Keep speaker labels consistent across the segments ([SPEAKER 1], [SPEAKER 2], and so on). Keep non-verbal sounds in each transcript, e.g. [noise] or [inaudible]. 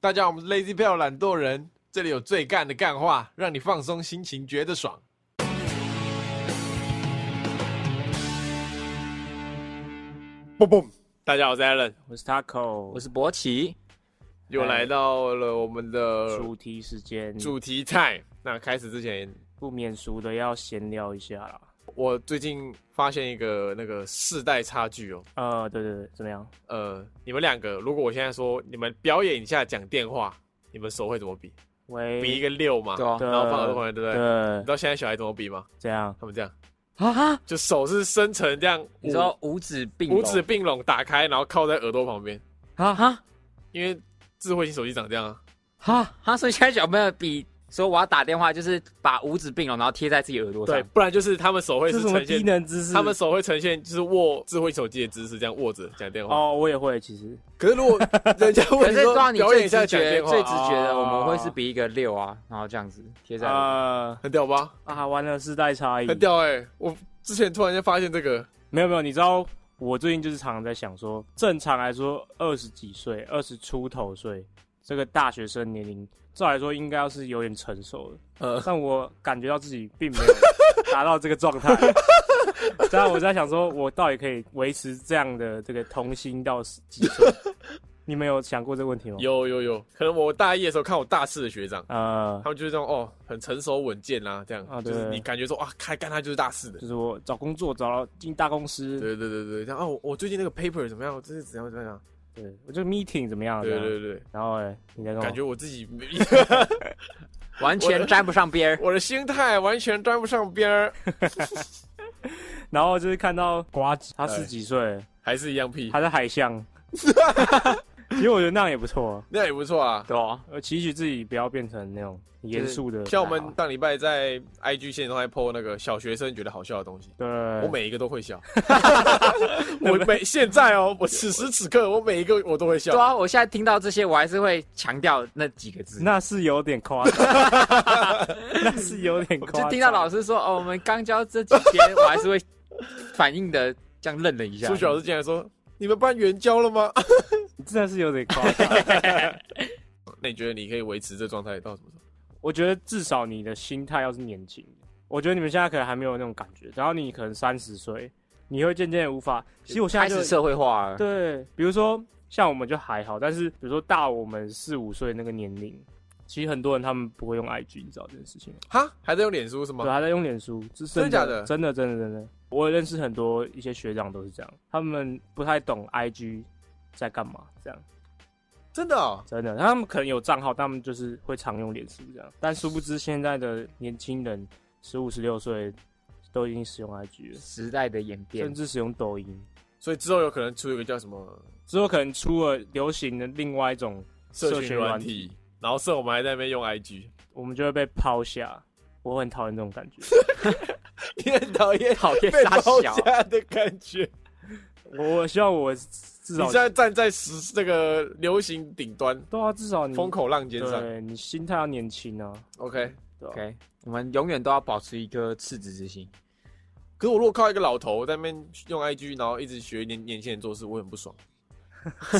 [SPEAKER 1] 大家好，我们是 Lazy p a l 懒惰人，这里有最干的干话，让你放松心情，觉得爽。
[SPEAKER 2] 嘣嘣！大家好，我是 Allen，
[SPEAKER 3] 我是 Taco，
[SPEAKER 4] 我是博奇。
[SPEAKER 1] 哎又来到了我们
[SPEAKER 2] 哎
[SPEAKER 1] 的
[SPEAKER 3] 主题时间，
[SPEAKER 1] 呃主题菜。那开始之前，
[SPEAKER 3] 不免俗的要闲聊一下啦。
[SPEAKER 1] 我最近发现一个那个世代差距哦。
[SPEAKER 3] 呃，对对对，怎么样？
[SPEAKER 1] 呃，你们两个，如果我现在说你们表演一下讲电话，你们手会怎么
[SPEAKER 2] 嗯
[SPEAKER 1] 比？
[SPEAKER 3] 喂，
[SPEAKER 1] 比一个六嘛，
[SPEAKER 4] 对啊
[SPEAKER 1] 然后放耳朵旁边，对不对？你
[SPEAKER 3] 对
[SPEAKER 1] 知，道现在小孩怎么比吗？
[SPEAKER 3] 这样
[SPEAKER 1] 他们这样，
[SPEAKER 4] 啊，
[SPEAKER 1] 就手是伸成这样，
[SPEAKER 4] 你知道五指并
[SPEAKER 1] 五
[SPEAKER 4] 拢
[SPEAKER 1] 五指并拢打开，然后靠在耳朵旁边，
[SPEAKER 4] 啊哈
[SPEAKER 1] 因为智慧型手机长这样啊。
[SPEAKER 4] 哈哈，所以现在小朋友比说我要打电话，就是把五指并拢，然后贴在自己耳朵上
[SPEAKER 1] 对，。不然就是他们手会
[SPEAKER 3] 这
[SPEAKER 1] 是
[SPEAKER 3] 是什么
[SPEAKER 1] 呈
[SPEAKER 3] 低
[SPEAKER 1] 现，
[SPEAKER 3] 能姿势？
[SPEAKER 1] 他们手会呈现就是握智慧手机的姿势，这样握着讲电话。
[SPEAKER 3] 哦，我也会，其实
[SPEAKER 1] 可是如果人家
[SPEAKER 4] 可
[SPEAKER 1] 问你
[SPEAKER 4] 是抓
[SPEAKER 1] 说
[SPEAKER 4] 你
[SPEAKER 1] 表演
[SPEAKER 4] 最
[SPEAKER 1] 一下
[SPEAKER 4] 直
[SPEAKER 1] 讲
[SPEAKER 4] 觉、
[SPEAKER 1] 电话啊
[SPEAKER 4] 最直，觉的，
[SPEAKER 3] 哦
[SPEAKER 4] 我们会是比一个六啊，然后这样子贴在耳朵。
[SPEAKER 3] 呃
[SPEAKER 1] 很屌吧？
[SPEAKER 3] 啊，完了世代差异
[SPEAKER 1] 很，屌哎！我之前突然间发现这个，
[SPEAKER 3] 没有没有，你知道我最近就是常常在想说，正常来说二十几岁、二十出头岁这个大学生年龄，照来说应该要是有点成熟的，
[SPEAKER 1] 呃，
[SPEAKER 3] 但我感觉到自己并没有达到这个状
[SPEAKER 1] [laughs]
[SPEAKER 3] 态。然后我在想说，我到底可以维持这样的这个童心到几岁？你们有想过这个问题吗？。
[SPEAKER 1] 有有有，可能我大一的时候看我大四的学长，
[SPEAKER 3] 呃
[SPEAKER 1] 他，们就是这种哦，很成熟稳健啦，这样，
[SPEAKER 3] 啊
[SPEAKER 1] 就是
[SPEAKER 3] 对
[SPEAKER 1] 你感觉说哇，开干他就是大四的
[SPEAKER 3] 就。是我找工作找到进大公司，
[SPEAKER 1] 对对对对，然后、啊我我最近那个 paper 怎么样？我这是怎样怎么样？
[SPEAKER 3] 对，我这个 meeting 怎么样？啊
[SPEAKER 1] 对
[SPEAKER 3] 这样
[SPEAKER 1] 对对，
[SPEAKER 3] 然后哎，你在跟我
[SPEAKER 1] 感觉我自己没 [laughs]
[SPEAKER 4] 完全沾不上边儿。
[SPEAKER 1] 我的心态完全沾不上边儿，
[SPEAKER 3] 然后就是看到瓜子，他
[SPEAKER 1] 哎
[SPEAKER 3] 四十几岁，
[SPEAKER 1] 还是一样屁，
[SPEAKER 3] 他在海
[SPEAKER 4] [laughs]
[SPEAKER 3] 象。其实我觉得那样也不错，
[SPEAKER 1] 那也不错啊。
[SPEAKER 4] 对啊，
[SPEAKER 3] 呃，期许自己不要变成那种严肃的。
[SPEAKER 1] 像我们上礼拜在 IG 线上还 PO 那个小学生觉得好笑的东西，
[SPEAKER 3] 对，
[SPEAKER 1] 我每一个都会
[SPEAKER 3] [laughs]
[SPEAKER 1] 笑。我每现在哦，我此时此刻，我每一个我都会
[SPEAKER 4] 对
[SPEAKER 1] 笑。
[SPEAKER 4] 啊，我现在听到这些，我还是会强调那几个字。
[SPEAKER 3] 那是有点夸
[SPEAKER 4] [laughs]
[SPEAKER 3] 张，那是有点夸张。
[SPEAKER 4] 就听到老师说哦，我们刚教这几天，我还是会反应的这样愣了一下。
[SPEAKER 1] 数学老师竟然说：“你们班援交了吗 [laughs]
[SPEAKER 3] 真的是有点夸张。？” [laughs]
[SPEAKER 1] 那你觉得你可以维持这状态到什么时候？
[SPEAKER 3] 我觉得至少你的心态要是年轻的，我觉得你们现在可能还没有那种感觉，然后你可能三十岁，你会渐渐无法。其实我现在
[SPEAKER 4] 开
[SPEAKER 3] 就
[SPEAKER 4] 始社会化了。
[SPEAKER 3] 对，比如说像我们就还好，但是比如说大我们四五岁那个年龄，其实很多人他们不会用 IG，你知道这件事情吗？
[SPEAKER 1] 哈，还在用脸书是
[SPEAKER 3] 对，啊
[SPEAKER 1] 吗？
[SPEAKER 3] 还在用脸书，是
[SPEAKER 1] 真的假的
[SPEAKER 3] 真的真的真的，我认识很多一些学长都是这样，他们不太懂 IG 在干嘛，这样
[SPEAKER 1] 真的哦，
[SPEAKER 3] 真的，他们可能有账号，但他们就是会常用脸书这样，但殊不知现在的年轻人十五十六岁都已经使用 IG 了，
[SPEAKER 4] 时代的演变
[SPEAKER 3] 甚，至使用抖音，
[SPEAKER 1] 所以之后有可能出一个叫什么
[SPEAKER 3] 之后可能出了流行的另外一种，
[SPEAKER 1] 社
[SPEAKER 3] 社
[SPEAKER 1] 群
[SPEAKER 3] 群
[SPEAKER 1] 软
[SPEAKER 3] 软
[SPEAKER 1] 体，然后剩我们还在那边用 IG，
[SPEAKER 3] 我们就会被抛下。我很讨厌这种感觉，
[SPEAKER 1] [laughs] 你很讨厌
[SPEAKER 4] 讨厌
[SPEAKER 1] 被
[SPEAKER 4] 傻
[SPEAKER 1] 抛
[SPEAKER 4] 小。
[SPEAKER 1] 下的感
[SPEAKER 4] [laughs]
[SPEAKER 1] 觉。
[SPEAKER 3] 我我希望我至
[SPEAKER 1] 你
[SPEAKER 3] 少
[SPEAKER 1] 现在站在时这个流行顶端，
[SPEAKER 3] 对啊，至
[SPEAKER 4] 嗯
[SPEAKER 3] 少你
[SPEAKER 1] 风口浪尖上。
[SPEAKER 3] 对你心态要年轻啊，
[SPEAKER 1] OK，
[SPEAKER 3] 对啊
[SPEAKER 4] OK，我们永远都要保持一颗赤子之心。
[SPEAKER 1] 可是我如果靠一个老头在那边用 IG，然后一直学年年轻人做事，我很不爽。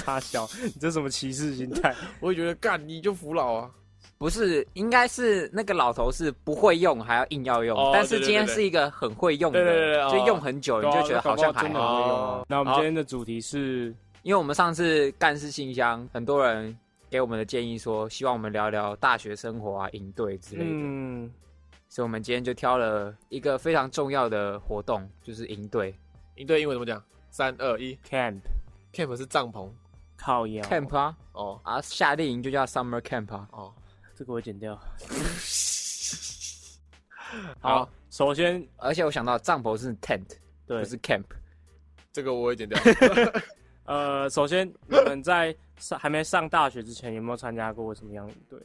[SPEAKER 3] 傻小， [laughs] 你这什么歧视心态？
[SPEAKER 1] 我会觉得干你就服老啊。
[SPEAKER 4] 不是，应该是那个老头是不会用，还要硬要用。
[SPEAKER 1] 哦
[SPEAKER 4] 但是
[SPEAKER 1] 对对
[SPEAKER 4] 今天
[SPEAKER 1] 对
[SPEAKER 4] 是一个很会用的，
[SPEAKER 1] 对对对对哦
[SPEAKER 4] 就用很久，你
[SPEAKER 3] 对啊
[SPEAKER 4] 就觉得好哦像还
[SPEAKER 3] 那搞不
[SPEAKER 4] 好。
[SPEAKER 3] 好
[SPEAKER 1] 好
[SPEAKER 3] 啊那我们
[SPEAKER 1] 好
[SPEAKER 3] 今天的主题是
[SPEAKER 4] 因为我们上次干事信箱，很多人给我们的建议说，希望我们聊聊大学生活啊、营队之类的。
[SPEAKER 3] 嗯，
[SPEAKER 4] 所以我们今天就挑了一个非常重要的活动，就是营队
[SPEAKER 1] 应对英文怎么讲？三二一
[SPEAKER 3] camp
[SPEAKER 1] ，camp 是帐篷
[SPEAKER 3] 靠腰
[SPEAKER 4] camp 啊，
[SPEAKER 1] 哦
[SPEAKER 4] 啊夏令营就叫 summer camp 啊。
[SPEAKER 1] 哦。
[SPEAKER 3] 这个我剪
[SPEAKER 4] [laughs]
[SPEAKER 3] 掉。
[SPEAKER 1] 好，
[SPEAKER 3] 首先
[SPEAKER 4] 而且我想到帐篷是 tent，
[SPEAKER 3] 对
[SPEAKER 4] 不是 camp。
[SPEAKER 1] 这个我会剪
[SPEAKER 4] [laughs]
[SPEAKER 1] 掉。
[SPEAKER 3] 呃，首先你们在上还没上大学之前有没有参加过什么样的营队？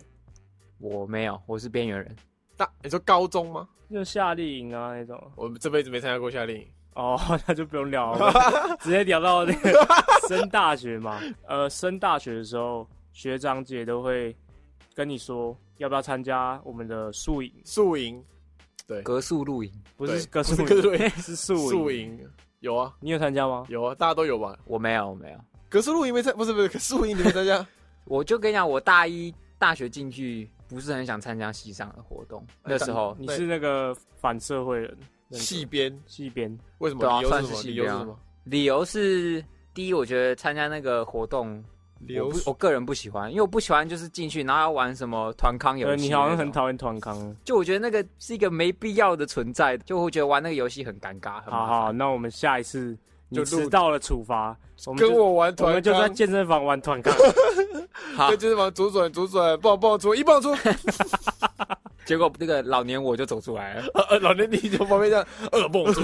[SPEAKER 4] 我没有，我是边缘人。
[SPEAKER 1] 大你说高中吗？
[SPEAKER 3] 就夏令营啊那种。
[SPEAKER 1] 我这辈子没参加过夏令营。
[SPEAKER 3] 哦， [laughs] 那就不用聊了，
[SPEAKER 1] [laughs]
[SPEAKER 3] 直接聊到那个升大学嘛。呃，升大学的时候，学长姐都会跟你说要不要参加我们的宿营，
[SPEAKER 1] 宿营，
[SPEAKER 4] 格数露营
[SPEAKER 3] 不是
[SPEAKER 1] 对
[SPEAKER 3] 个宿
[SPEAKER 1] 不是个
[SPEAKER 3] 营，
[SPEAKER 1] 宿营
[SPEAKER 3] [laughs] 是宿
[SPEAKER 1] 宿
[SPEAKER 3] 营。
[SPEAKER 1] 营有啊
[SPEAKER 3] 你有参加吗？
[SPEAKER 1] 有啊，大家都有吧？
[SPEAKER 4] 我没有，我没有。 [laughs]
[SPEAKER 1] 可是露营没参，不是不是，可是宿营你没参加？
[SPEAKER 4] 我就跟你讲，我大一大学进去不是很想参加系上的活动，
[SPEAKER 3] 哎
[SPEAKER 4] 那时候
[SPEAKER 3] 你是那个反社会人，
[SPEAKER 1] 戏编
[SPEAKER 3] 系边
[SPEAKER 1] 为什么
[SPEAKER 4] 对啊
[SPEAKER 1] 理由
[SPEAKER 4] 算
[SPEAKER 1] 是什么？
[SPEAKER 4] 是
[SPEAKER 1] 理
[SPEAKER 4] 戏
[SPEAKER 1] 由
[SPEAKER 4] 编
[SPEAKER 1] 是
[SPEAKER 4] 啊
[SPEAKER 1] 什么？
[SPEAKER 4] 理由是第一，我觉得参加那个活动，
[SPEAKER 1] 理
[SPEAKER 4] 我
[SPEAKER 1] 由
[SPEAKER 4] 不我个人不喜欢，因为我不喜欢就是进去然后要玩什么团康游
[SPEAKER 3] 对，
[SPEAKER 4] 戏，
[SPEAKER 3] 你好像很，讨厌团康。
[SPEAKER 4] 就我觉得那个是一个没必要的存在，就会觉得玩那个游戏很尴尬，很麻
[SPEAKER 3] 好
[SPEAKER 4] 烦
[SPEAKER 3] 好，那我们下一次你
[SPEAKER 1] 就录
[SPEAKER 3] 迟到了处罚，我们
[SPEAKER 1] 跟
[SPEAKER 3] 就
[SPEAKER 1] 我玩
[SPEAKER 3] 我
[SPEAKER 1] 团
[SPEAKER 3] 们就在啊
[SPEAKER 1] 康，
[SPEAKER 3] 健身房玩团康。
[SPEAKER 4] 好
[SPEAKER 1] 跟，就是玩左转左转，棒棒出一棒出，
[SPEAKER 4] 结果那个老年我就走出来了，
[SPEAKER 1] 呃呃老年你就旁边这样二蹦出，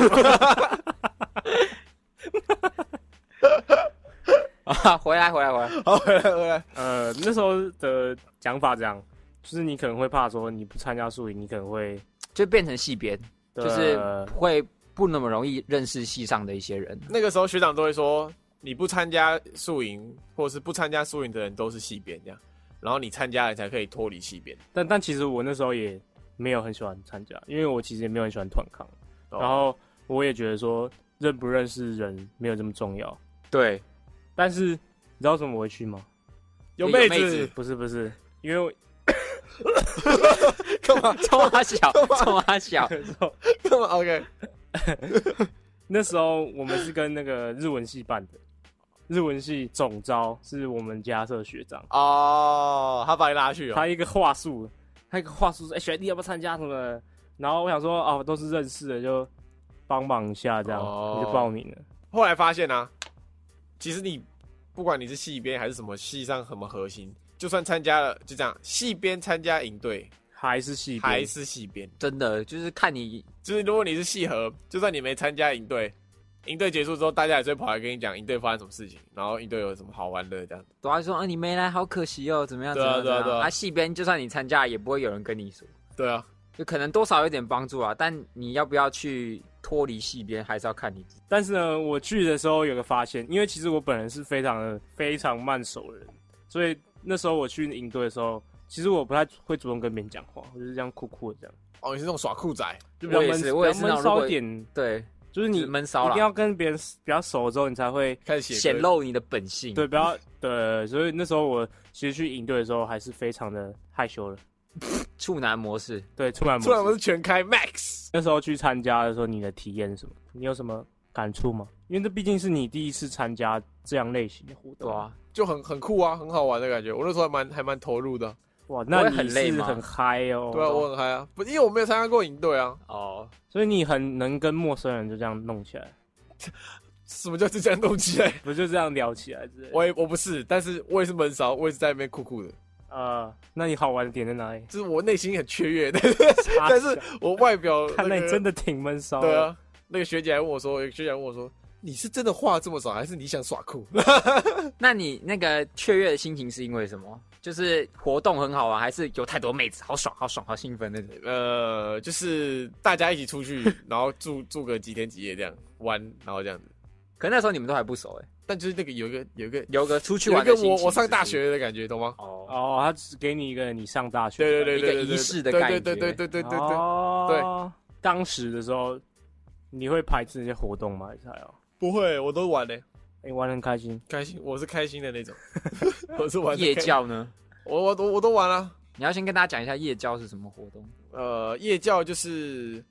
[SPEAKER 4] 啊， [laughs] 回来回来回来，
[SPEAKER 1] 好回来回来，
[SPEAKER 3] 呃，那时候的讲法这样，就是你可能会怕说你不参加宿营，你可能会啊
[SPEAKER 4] 就变成系编，就是会不那么容易认识系上的一些人。 [laughs]
[SPEAKER 1] 那个时候学长都会说，你不参加宿营或是不参加宿营的人都是系编这样，然后你参加了才可以脱离系编。
[SPEAKER 3] 但但其实我那时候也没有很喜欢参加，因为我其实也没有很喜欢团康，
[SPEAKER 1] 哦
[SPEAKER 3] 然后我也觉得说认不认识人没有这么重要。
[SPEAKER 4] 对，
[SPEAKER 3] 但是你知道为什么我会去吗？
[SPEAKER 1] 有
[SPEAKER 4] 有
[SPEAKER 1] 妹
[SPEAKER 4] 妹
[SPEAKER 1] 子
[SPEAKER 4] 子，
[SPEAKER 3] 不是不是，因为我
[SPEAKER 1] 干嘛
[SPEAKER 4] 冲他小，
[SPEAKER 3] [laughs]
[SPEAKER 4] 冲他小，
[SPEAKER 1] 干嘛？OK，
[SPEAKER 3] 那时候我们是跟那个日文系办的，日文系总招是我们家社学长，
[SPEAKER 1] 哦，他把你拉去哦，
[SPEAKER 3] 他一个话术，他一个话术说：“哎、学弟要不要参加什么的？”然后我想说：“哦，都是认识的，就帮忙一下这样。
[SPEAKER 1] 哦
[SPEAKER 3] 我就报名了。
[SPEAKER 1] 后来发现啊，其实你不管你是系编还是什么系上什么核心，就算参加了，就这样，系编参加营队
[SPEAKER 3] 还是系编
[SPEAKER 1] 还是系编。
[SPEAKER 4] 真的就是看你
[SPEAKER 1] 就是如果你是系合，就算你没参加营队，营队结束之后，大家也是会跑来跟你讲营队发生什么事情，然后营队有什么好玩的这样。
[SPEAKER 4] 都要说啊，你没来，好可惜哦，怎么样？
[SPEAKER 1] 对
[SPEAKER 4] 怎
[SPEAKER 1] 啊
[SPEAKER 4] 么样？怎么
[SPEAKER 1] 对啊对
[SPEAKER 4] 样
[SPEAKER 1] 啊
[SPEAKER 4] 啊，系编就算你参加，也不会有人跟你说，
[SPEAKER 1] 对啊，
[SPEAKER 4] 就可能多少有点帮助啊，但你要不要去脱离系编，还是要看你自己。
[SPEAKER 3] 但是呢，我去的时候有个发现，因为其实我本人是非常的非常慢熟的人，所以那时候我去营队的时候，其实我不太会主动跟别人讲话，我就是这样酷酷的这样，
[SPEAKER 1] 哦，你是那种耍酷仔，
[SPEAKER 3] 就比较
[SPEAKER 4] 我也
[SPEAKER 3] 闷
[SPEAKER 4] 是
[SPEAKER 3] 比较
[SPEAKER 4] 我也是那种
[SPEAKER 3] 闷
[SPEAKER 4] 如果
[SPEAKER 3] 骚一点，
[SPEAKER 4] 对，
[SPEAKER 3] 就是
[SPEAKER 4] 就
[SPEAKER 3] 你
[SPEAKER 4] 是闷
[SPEAKER 3] 一
[SPEAKER 4] 骚
[SPEAKER 3] 定
[SPEAKER 4] 啦，
[SPEAKER 3] 要跟别人比较熟之后，你才会
[SPEAKER 1] 开始写
[SPEAKER 4] 显
[SPEAKER 1] 歌。
[SPEAKER 4] 露你的本性。
[SPEAKER 3] 对，不要对，所以那时候我其实去营队的时候还是非常的害羞的，
[SPEAKER 4] 处男模式，
[SPEAKER 3] 对，出来
[SPEAKER 1] 突然我是全开 max，
[SPEAKER 3] 那时候去参加的时候，你的体验是什么？你有什么感触吗？因为这毕竟是你第一次参加这样类型的活动，
[SPEAKER 4] 对啊，
[SPEAKER 1] 就很很酷啊，很好玩的感觉。我那时候还蛮还蛮投入的，
[SPEAKER 3] 哇，那
[SPEAKER 4] 不会
[SPEAKER 3] 你
[SPEAKER 4] 很累
[SPEAKER 3] 是
[SPEAKER 4] 吗
[SPEAKER 3] 很嗨哦，
[SPEAKER 1] 对啊，我很嗨啊，不，因为我没有参加过营队啊。
[SPEAKER 4] 哦，
[SPEAKER 3] 所以你很能跟陌生人就这样弄起来，
[SPEAKER 1] 什么叫就这样动起来？
[SPEAKER 3] 不就这样聊起来之类的。
[SPEAKER 1] [laughs] 我也我不是，但是我也是闷骚，我也是在那边酷酷的，？
[SPEAKER 3] 呃，那你好玩的点在哪里
[SPEAKER 1] 就是我内心很雀跃，但是 [laughs] 但是我外表、
[SPEAKER 3] [laughs] 看
[SPEAKER 1] 那
[SPEAKER 3] 来你
[SPEAKER 1] 个
[SPEAKER 3] 真的挺闷骚的。
[SPEAKER 1] 对啊，那个学姐还问我说，有个学姐还问我说，你是真的话这么少，还是你想耍酷？
[SPEAKER 4] 那你那个雀跃的心情是因为什么？就是活动很好玩，啊还是有太多妹子，好爽，好爽，好兴奋那种？
[SPEAKER 1] 呃，就是大家一起出去，然后住住个几天几夜这样玩，然后这样子。
[SPEAKER 4] 可那时候你们都还不熟哎，
[SPEAKER 1] 但就是那个有一个有一个
[SPEAKER 4] 有个出去
[SPEAKER 1] 有一
[SPEAKER 4] 玩
[SPEAKER 1] 个
[SPEAKER 4] 的心
[SPEAKER 1] 我
[SPEAKER 4] 情
[SPEAKER 1] 我上
[SPEAKER 4] 是不是
[SPEAKER 1] 大学的感觉，懂吗？
[SPEAKER 4] 哦，
[SPEAKER 3] 哦，他只给你一个你上大学，
[SPEAKER 1] 对对对对对，
[SPEAKER 4] 一个仪式的
[SPEAKER 1] 对
[SPEAKER 4] 感
[SPEAKER 1] 对
[SPEAKER 4] 觉
[SPEAKER 1] 对对对对对对，
[SPEAKER 3] 哦，对。当时的时候，你会排斥那些活动吗？还是还好？
[SPEAKER 1] 不会，我都玩嘞，
[SPEAKER 3] 你玩的很开心，
[SPEAKER 1] 开心，我是开心的那种， [laughs] 我是玩得
[SPEAKER 4] 夜
[SPEAKER 1] 开，
[SPEAKER 4] 教呢？
[SPEAKER 1] 我我我我都玩了。
[SPEAKER 4] 你要先跟大家讲一下夜教是什么活动？
[SPEAKER 1] 呃，夜教就是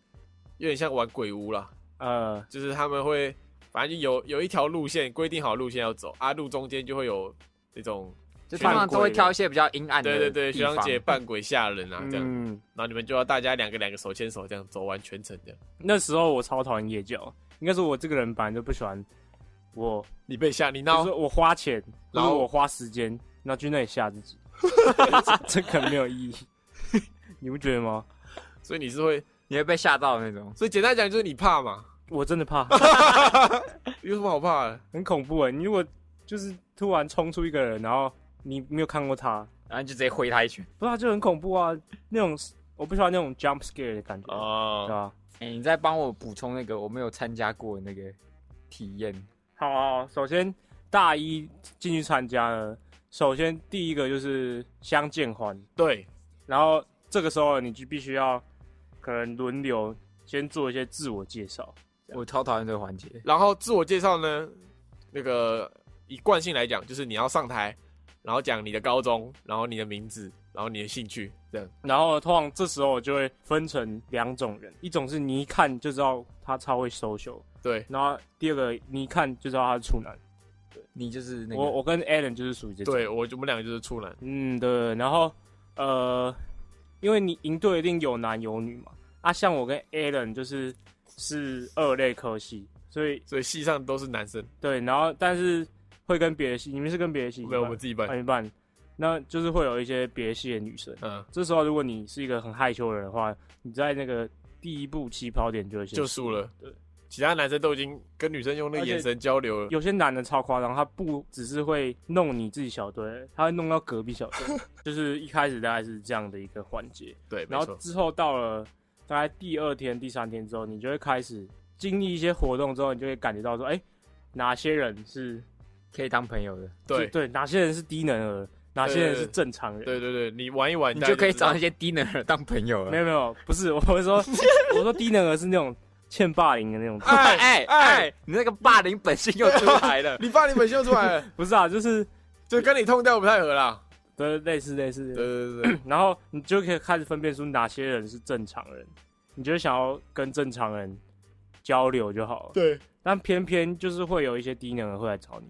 [SPEAKER 1] 有点像玩鬼屋啦，
[SPEAKER 3] 呃，
[SPEAKER 1] 就是他们会反正就有有一条路线规定好路线要走，啊，路中间就会有那种
[SPEAKER 4] 就通常都会挑一些比较阴暗的
[SPEAKER 1] 对对对，
[SPEAKER 4] 地
[SPEAKER 1] 学长
[SPEAKER 4] 方
[SPEAKER 1] 姐扮鬼吓人啊这样，
[SPEAKER 3] 嗯，
[SPEAKER 1] 然后你们就要大家两个两个手牵手这样走完全程这样。
[SPEAKER 3] 那时候我超讨厌夜教，应该说我这个人本来就不喜欢我，
[SPEAKER 1] 你被吓，你
[SPEAKER 3] 就
[SPEAKER 1] 闹
[SPEAKER 3] 是，我花钱，
[SPEAKER 1] 然
[SPEAKER 3] 然
[SPEAKER 1] 后
[SPEAKER 3] 后我花时间，然后去那里吓
[SPEAKER 1] [laughs]
[SPEAKER 3] 自己，这这很没有意义，你不觉得吗？
[SPEAKER 1] 所以你是会，
[SPEAKER 4] 你会被吓到的那种。
[SPEAKER 1] 所以简单讲就是你怕嘛， [laughs]
[SPEAKER 3] 我真的怕， [laughs]
[SPEAKER 1] 有什么好怕的？
[SPEAKER 3] 很恐怖哎！你如果就是突然冲出一个人，然后你没有看过他，
[SPEAKER 4] 然后就直接挥他一拳。
[SPEAKER 3] 不是他就很恐怖啊，那种我不喜欢那种 jump scare 的感觉，对
[SPEAKER 1] 哦，
[SPEAKER 3] 吧、
[SPEAKER 4] 哎、你再帮我补充那个我没有参加过的那个体验，
[SPEAKER 3] 好好，首先大一进去参加呢，首先第一个就是相见欢，
[SPEAKER 1] 对，
[SPEAKER 3] 然后这个时候你就必须要可能轮流先做一些自我介绍，
[SPEAKER 4] 我超讨厌这个环节。
[SPEAKER 1] 然后自我介绍呢，那个以惯性来讲，就是你要上台，然后讲你的高中，然后你的名字，然后你的兴趣，这样。
[SPEAKER 3] 然后通常这时候我就会分成两种人，一种是你一看就知道他超会 social，
[SPEAKER 1] 对，
[SPEAKER 3] 然后第二个你一看就知道他是处男。
[SPEAKER 4] 你就是那
[SPEAKER 3] 我
[SPEAKER 4] 个
[SPEAKER 3] 我跟 Alan 就是属于这种。
[SPEAKER 1] 对我就我们两个就是处男，
[SPEAKER 3] 嗯，对。然后呃，因为你营队一定有男有女嘛，啊，像我跟 Alan 就是是二类科系，所以
[SPEAKER 1] 所以系上都是男生，
[SPEAKER 3] 对，然后但是会跟别的系，你们是跟别的系，
[SPEAKER 1] 没有我们自己班。
[SPEAKER 3] 半一半，那就是会有一些别系的女生。
[SPEAKER 1] 嗯，
[SPEAKER 3] 这时候如果你是一个很害羞的人的话，你在那个第一步起跑点就会先
[SPEAKER 1] 就输了。
[SPEAKER 3] 对，
[SPEAKER 1] 其他男生都已经跟女生用那个眼神交流了。
[SPEAKER 3] 有些男的超夸张，他不只是会弄你自己小队，他会弄到隔壁小
[SPEAKER 1] [laughs]
[SPEAKER 3] 队，就是一开始大概是这样的一个环节。
[SPEAKER 1] 对，没
[SPEAKER 3] 然后
[SPEAKER 1] 错，
[SPEAKER 3] 之后到了大概第二天、第三天之后，你就会开始经历一些活动之后，你就会感觉到说，哎、哪些人是
[SPEAKER 4] 可以当朋友的，
[SPEAKER 1] 对，
[SPEAKER 3] 对，哪些人是低能儿，哪些人
[SPEAKER 1] 对
[SPEAKER 3] 是正常人。
[SPEAKER 1] 对对对，你玩一玩，
[SPEAKER 4] 你
[SPEAKER 1] 大
[SPEAKER 4] 就
[SPEAKER 1] 家
[SPEAKER 4] 可以
[SPEAKER 1] 知道
[SPEAKER 4] 找那些低能儿当朋友
[SPEAKER 3] 没
[SPEAKER 4] 了。
[SPEAKER 3] 有没有，不是，我
[SPEAKER 1] [laughs]
[SPEAKER 3] 是说我说低能儿是那种欠霸凌的那种，
[SPEAKER 1] 哎。
[SPEAKER 4] [laughs] 哎哎，你那个霸凌本性又出来了
[SPEAKER 1] [laughs] 你把你们秀出来
[SPEAKER 4] [laughs]
[SPEAKER 1] 了，
[SPEAKER 3] 不是啊，就是
[SPEAKER 1] 就跟你痛掉不太合啦。
[SPEAKER 3] 对类似类似
[SPEAKER 1] 对对对对，
[SPEAKER 3] 然后你就可以开始分辨出哪些人是正常人，你就想要跟正常人交流就好了。
[SPEAKER 4] [coughs]
[SPEAKER 1] 对，
[SPEAKER 3] 但偏偏就是会有一些低能儿会来找你，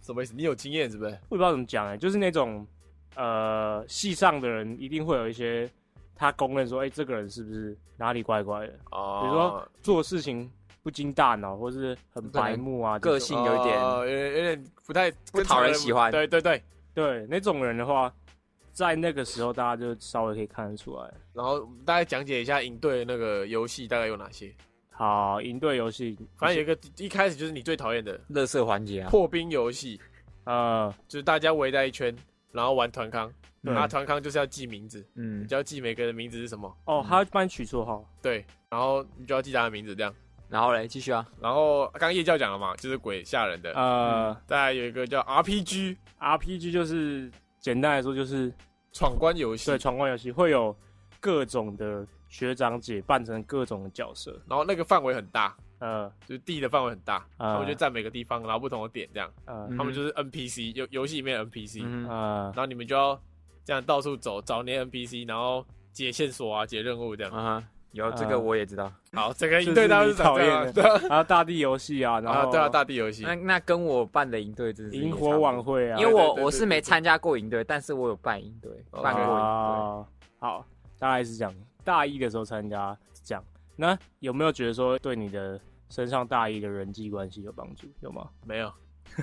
[SPEAKER 1] 什么意思？你有经验是不是？
[SPEAKER 3] 我也不知道怎么讲哎、就是那种呃，系上的人一定会有一些他公认说，哎、这个人是不是哪里怪怪的，
[SPEAKER 1] 哦，
[SPEAKER 3] 比如说做事情不经大脑，或是很白目啊，这种
[SPEAKER 4] 个性有一点
[SPEAKER 1] 哦有点有点不太
[SPEAKER 4] 不讨人喜欢嗯
[SPEAKER 1] 对对对，
[SPEAKER 3] 对那种人的话，在那个时候大家就稍微可以看得出来。
[SPEAKER 1] 然后大概讲解一下营队那个游戏大概有哪些。
[SPEAKER 3] 好，赢对游戏，
[SPEAKER 1] 反正有一个一开始就是你最讨厌的
[SPEAKER 4] 乐色环节啊，
[SPEAKER 1] 破冰游戏，
[SPEAKER 3] 呃，
[SPEAKER 1] 就是大家围在一圈，然后玩团康。
[SPEAKER 3] 对
[SPEAKER 1] 啊，团康就是要记名字，
[SPEAKER 4] 嗯
[SPEAKER 1] 你，就要记每个人的名字是什么。
[SPEAKER 3] 哦，他会帮你取绰号，
[SPEAKER 1] 对，然后你就要记他的名字这样。
[SPEAKER 4] 然后嘞，继续啊，
[SPEAKER 1] 然后刚刚叶教讲了嘛，就是鬼吓人的。
[SPEAKER 3] 呃
[SPEAKER 1] 再来有一个叫 RPG
[SPEAKER 3] ，RPG 就是简单来说就是
[SPEAKER 1] 闯关游戏
[SPEAKER 3] 对，闯关游戏会有各种的学长姐扮成各种的角色，
[SPEAKER 1] 然后那个范围很大，
[SPEAKER 3] 呃
[SPEAKER 1] 就是地的范围很大，
[SPEAKER 3] 啊
[SPEAKER 1] 他们就占每个地方，然后不同的点这样。
[SPEAKER 3] 呃
[SPEAKER 4] 嗯
[SPEAKER 1] 他们就是 NPC 游游戏里面的 NPC，、
[SPEAKER 4] 嗯，
[SPEAKER 3] 呃
[SPEAKER 1] 然，后你们就要这样到处走，找那些 NPC，然后解线索啊，解任务这样。
[SPEAKER 4] 啊，有这
[SPEAKER 3] 呃
[SPEAKER 4] 个我也知道。
[SPEAKER 1] 好，整个
[SPEAKER 3] 嗯就是
[SPEAKER 1] 营队大家
[SPEAKER 3] 你
[SPEAKER 1] 是长
[SPEAKER 3] 讨
[SPEAKER 1] 这
[SPEAKER 3] 厌
[SPEAKER 1] 样
[SPEAKER 3] 的
[SPEAKER 1] 对啊
[SPEAKER 3] 还有大地游戏啊，然
[SPEAKER 1] 啊，
[SPEAKER 3] 后
[SPEAKER 1] 对啊，大地游戏
[SPEAKER 4] 那那跟我办的营队真是也
[SPEAKER 3] 萤
[SPEAKER 4] 差不
[SPEAKER 3] 火
[SPEAKER 4] 多
[SPEAKER 3] 晚，会啊，
[SPEAKER 4] 因为
[SPEAKER 1] 对对
[SPEAKER 4] 我
[SPEAKER 1] 对
[SPEAKER 4] 我是没参加过营队，但是我有办营队，
[SPEAKER 1] 哦
[SPEAKER 4] 办过营
[SPEAKER 3] 啊，好，大概是这样。大一的时候参加是这样，那有没有觉得说对你的身上大一的人际关系有帮助？
[SPEAKER 1] [laughs]
[SPEAKER 3] 有吗？
[SPEAKER 1] 没有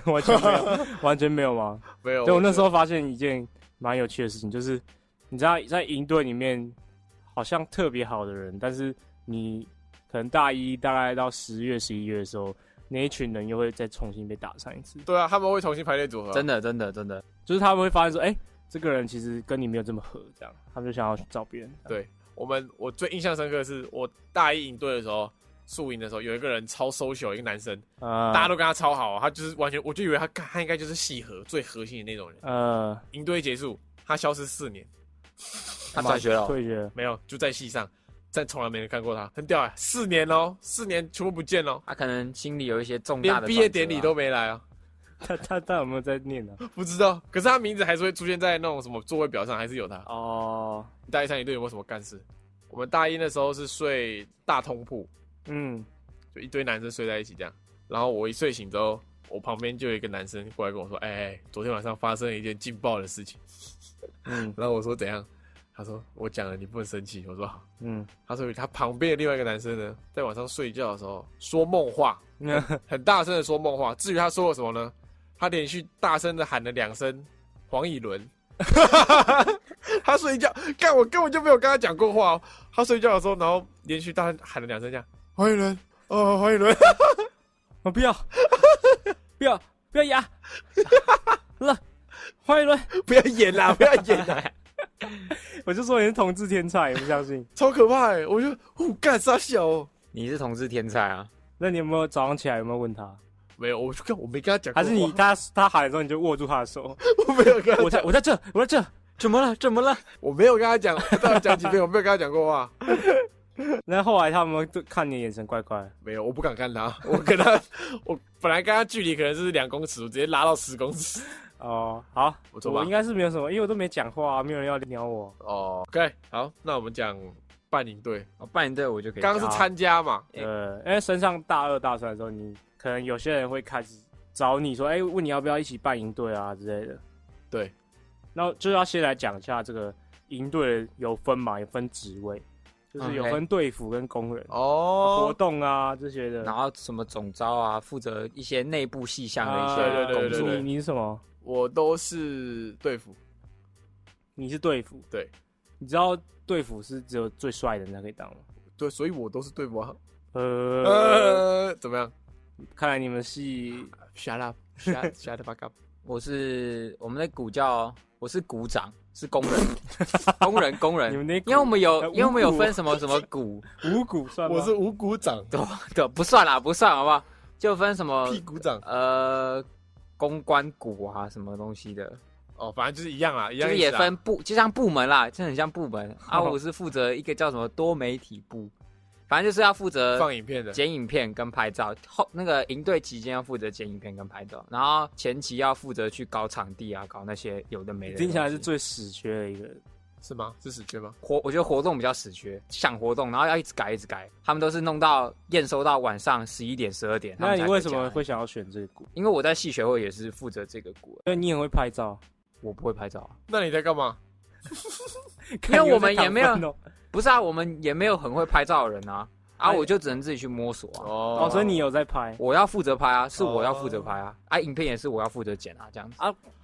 [SPEAKER 3] 完全没有，完全没有吗？
[SPEAKER 1] 没 [laughs] 有，
[SPEAKER 3] 对我那时
[SPEAKER 1] 候
[SPEAKER 3] 候发现一件蛮有趣的事情，就是你知道在营队里面好像特别好的人，但是你可能大一大概到十月、十一月的时候，那一群人又会再重新被打上一次，
[SPEAKER 1] 对啊，他们会重新排列组合啊、
[SPEAKER 4] 队，真的真的真的，
[SPEAKER 3] 就是他们会发现说，哎、这个人其实跟你没有这么合，这样他们就想要去找别人。
[SPEAKER 1] 对我们我最印象深刻的是我大一营队的时候。宿营的时候，有一个人超 social，一个男生，
[SPEAKER 3] 呃，
[SPEAKER 1] 大家都跟他超好啊，他就是完全，我就以为他干他应该就是系核最核心的那种人。
[SPEAKER 3] 呃
[SPEAKER 1] 营队结束，他消失四年，
[SPEAKER 4] 他转学了哦，
[SPEAKER 3] 退学了，
[SPEAKER 1] 没有，就在戏上，但从来没人看过他，很屌哎、四年喽，四年全部不见喽，
[SPEAKER 4] 他可能心里有一些重大
[SPEAKER 1] 连
[SPEAKER 4] 的
[SPEAKER 1] 毕业
[SPEAKER 4] 转折啊
[SPEAKER 1] 典礼都没来啊，
[SPEAKER 3] 他他他有没有在念呢、
[SPEAKER 1] 不知道。可是他名字还是会出现在那种什么座位表上，还是有他。
[SPEAKER 3] 哦，
[SPEAKER 1] 大一上一队有没有什么干事？我们大一那时候是睡大通铺，
[SPEAKER 3] 嗯，
[SPEAKER 1] 就一堆男生睡在一起这样。然后我一睡醒之后，我旁边就有一个男生过来跟我说：“哎、哎昨天晚上发生了一件劲爆的事 [laughs] 情。”
[SPEAKER 3] 嗯，
[SPEAKER 1] 然后我说：“怎样？”他说：“我讲了，你不能生气。”我说：“好。”
[SPEAKER 3] 嗯，
[SPEAKER 1] 他说他旁边的另外一个男生呢，在晚上睡觉的时候说梦话，
[SPEAKER 3] 那
[SPEAKER 1] 很大声的说梦话。至于他说了什么呢？他连续大声的喊了两声“黄以伦”， [laughs] 他睡觉，干我根本就没有跟他讲过话、哦。他睡觉的时候，然后连续大声喊了两声这样“黄以伦”，哦，黄以伦，
[SPEAKER 3] 我哦不要， [laughs] 不要，不要压， [laughs] 了，欢迎轮。
[SPEAKER 1] [laughs] 不要演 [laughs] 啦，不要演啦，
[SPEAKER 3] 我就说你是同志天才，你不相信？
[SPEAKER 1] 超可怕、欸！我就哦，干傻小、哦，
[SPEAKER 4] 你是同志天才啊，
[SPEAKER 3] 那你有没有早上起来有没有问他？
[SPEAKER 1] 没有，我就看我没跟他讲过
[SPEAKER 3] 还
[SPEAKER 1] 话，
[SPEAKER 3] 是你他他喊的时候你就握住他的手？
[SPEAKER 1] [laughs] 我没有跟他
[SPEAKER 3] 我在我在这，我在这。
[SPEAKER 4] 怎么了怎么了？
[SPEAKER 1] 我没有跟他讲，不知道讲几遍，我没有跟他讲过话。
[SPEAKER 3] 然后后来他们都看你眼神怪怪，
[SPEAKER 1] 没有，我 [laughs] 不敢看他。我跟他，我本来跟他距离可能是两公尺，我直接拉到十公尺。
[SPEAKER 3] 哦，好，
[SPEAKER 1] 我走吧
[SPEAKER 3] 我应该是没有什么，因为我都没讲话、啊，没有人要鸟我。
[SPEAKER 1] 哦，OK，好，那我们讲办营队，
[SPEAKER 4] 哦，半队我就可以。
[SPEAKER 1] 刚刚是参加嘛，
[SPEAKER 4] 哎
[SPEAKER 3] 呃，因为升上大二、大三的时候，你可能有些人会开始找你说，哎、问你要不要一起办营队啊之类的。
[SPEAKER 1] 对，
[SPEAKER 3] 那就要先来讲一下这个营队有分嘛，有分职位，就是有
[SPEAKER 4] 嗯 OK
[SPEAKER 3] 分队服跟工人、活
[SPEAKER 1] 哦，
[SPEAKER 3] 动啊这些的。
[SPEAKER 4] 然后什么总招啊，负责一些内部细项的一
[SPEAKER 3] 啊
[SPEAKER 4] 些
[SPEAKER 1] 对对对
[SPEAKER 4] 工
[SPEAKER 1] 对
[SPEAKER 4] 作
[SPEAKER 1] 对。
[SPEAKER 3] 你你是什么？
[SPEAKER 1] 我都是队服，
[SPEAKER 3] 你是队服？
[SPEAKER 1] 对，
[SPEAKER 3] 你知道队服是只有最帅的人才可以当吗？
[SPEAKER 1] 对，所以我都是队服啊。
[SPEAKER 3] 呃，
[SPEAKER 1] 呃，怎么样
[SPEAKER 3] 看来你们系
[SPEAKER 1] ？Shut [laughs] up，shut shut the fuck up。
[SPEAKER 4] 我是我们的鼓叫，我是鼓掌，是工
[SPEAKER 1] [laughs]
[SPEAKER 4] 人，工人，工人
[SPEAKER 3] 你。们那股
[SPEAKER 4] 因为我们有
[SPEAKER 3] 呃，
[SPEAKER 4] 因为我们有
[SPEAKER 3] 五股
[SPEAKER 4] 分什么什么鼓，
[SPEAKER 3] 五股算吗？
[SPEAKER 1] 我是五股长，
[SPEAKER 4] [laughs] 对，不算啦，不算好不好？就分什么
[SPEAKER 1] 屁股长。
[SPEAKER 4] 呃公关股啊，什么东西的，
[SPEAKER 1] 哦，反正就是一样啦，一
[SPEAKER 4] 就
[SPEAKER 1] 样
[SPEAKER 4] 是
[SPEAKER 1] 意思啊
[SPEAKER 3] 啊
[SPEAKER 4] 也
[SPEAKER 1] 啦
[SPEAKER 4] 分部，就像部门啦，真的很像部门。
[SPEAKER 3] [laughs]
[SPEAKER 4] 啊，我是负责一个叫什么多媒体部，反正就是要负责
[SPEAKER 1] 放影片的。
[SPEAKER 4] 剪影片跟拍照。后那个营队期间要负责剪影片跟拍照，然后前期要负责去搞场地啊，搞那些有的没的东西。
[SPEAKER 3] 听起来是最死缺的一个人。
[SPEAKER 1] 是吗？是死缺吗？
[SPEAKER 4] 活，我觉得活动比较死缺，想活动，然后要一直改一直改，他们都是弄到验收到晚上十一点十二点。他
[SPEAKER 3] 那
[SPEAKER 4] 们才
[SPEAKER 3] 你
[SPEAKER 4] 回
[SPEAKER 3] 为什
[SPEAKER 4] 家
[SPEAKER 3] 么会？想要选这个股？
[SPEAKER 4] 因为我在戏学会也是负责这个股，
[SPEAKER 3] 因为你很会拍照，
[SPEAKER 4] 我不会拍照啊。
[SPEAKER 1] 那你在干嘛？
[SPEAKER 3] [laughs] 看你
[SPEAKER 4] 因为
[SPEAKER 3] 在
[SPEAKER 4] 我们也
[SPEAKER 3] 躺
[SPEAKER 4] [laughs] 没有
[SPEAKER 3] 分哦
[SPEAKER 4] 不是啊，我们也没有很会拍照的人啊，啊，
[SPEAKER 3] 哎
[SPEAKER 4] 我就只能自己去摸索啊。
[SPEAKER 1] 哦
[SPEAKER 3] 哦，所以你有在拍
[SPEAKER 4] 我要负责拍啊，是我要负责拍啊，啊，影片也是我要负责剪啊，这样子。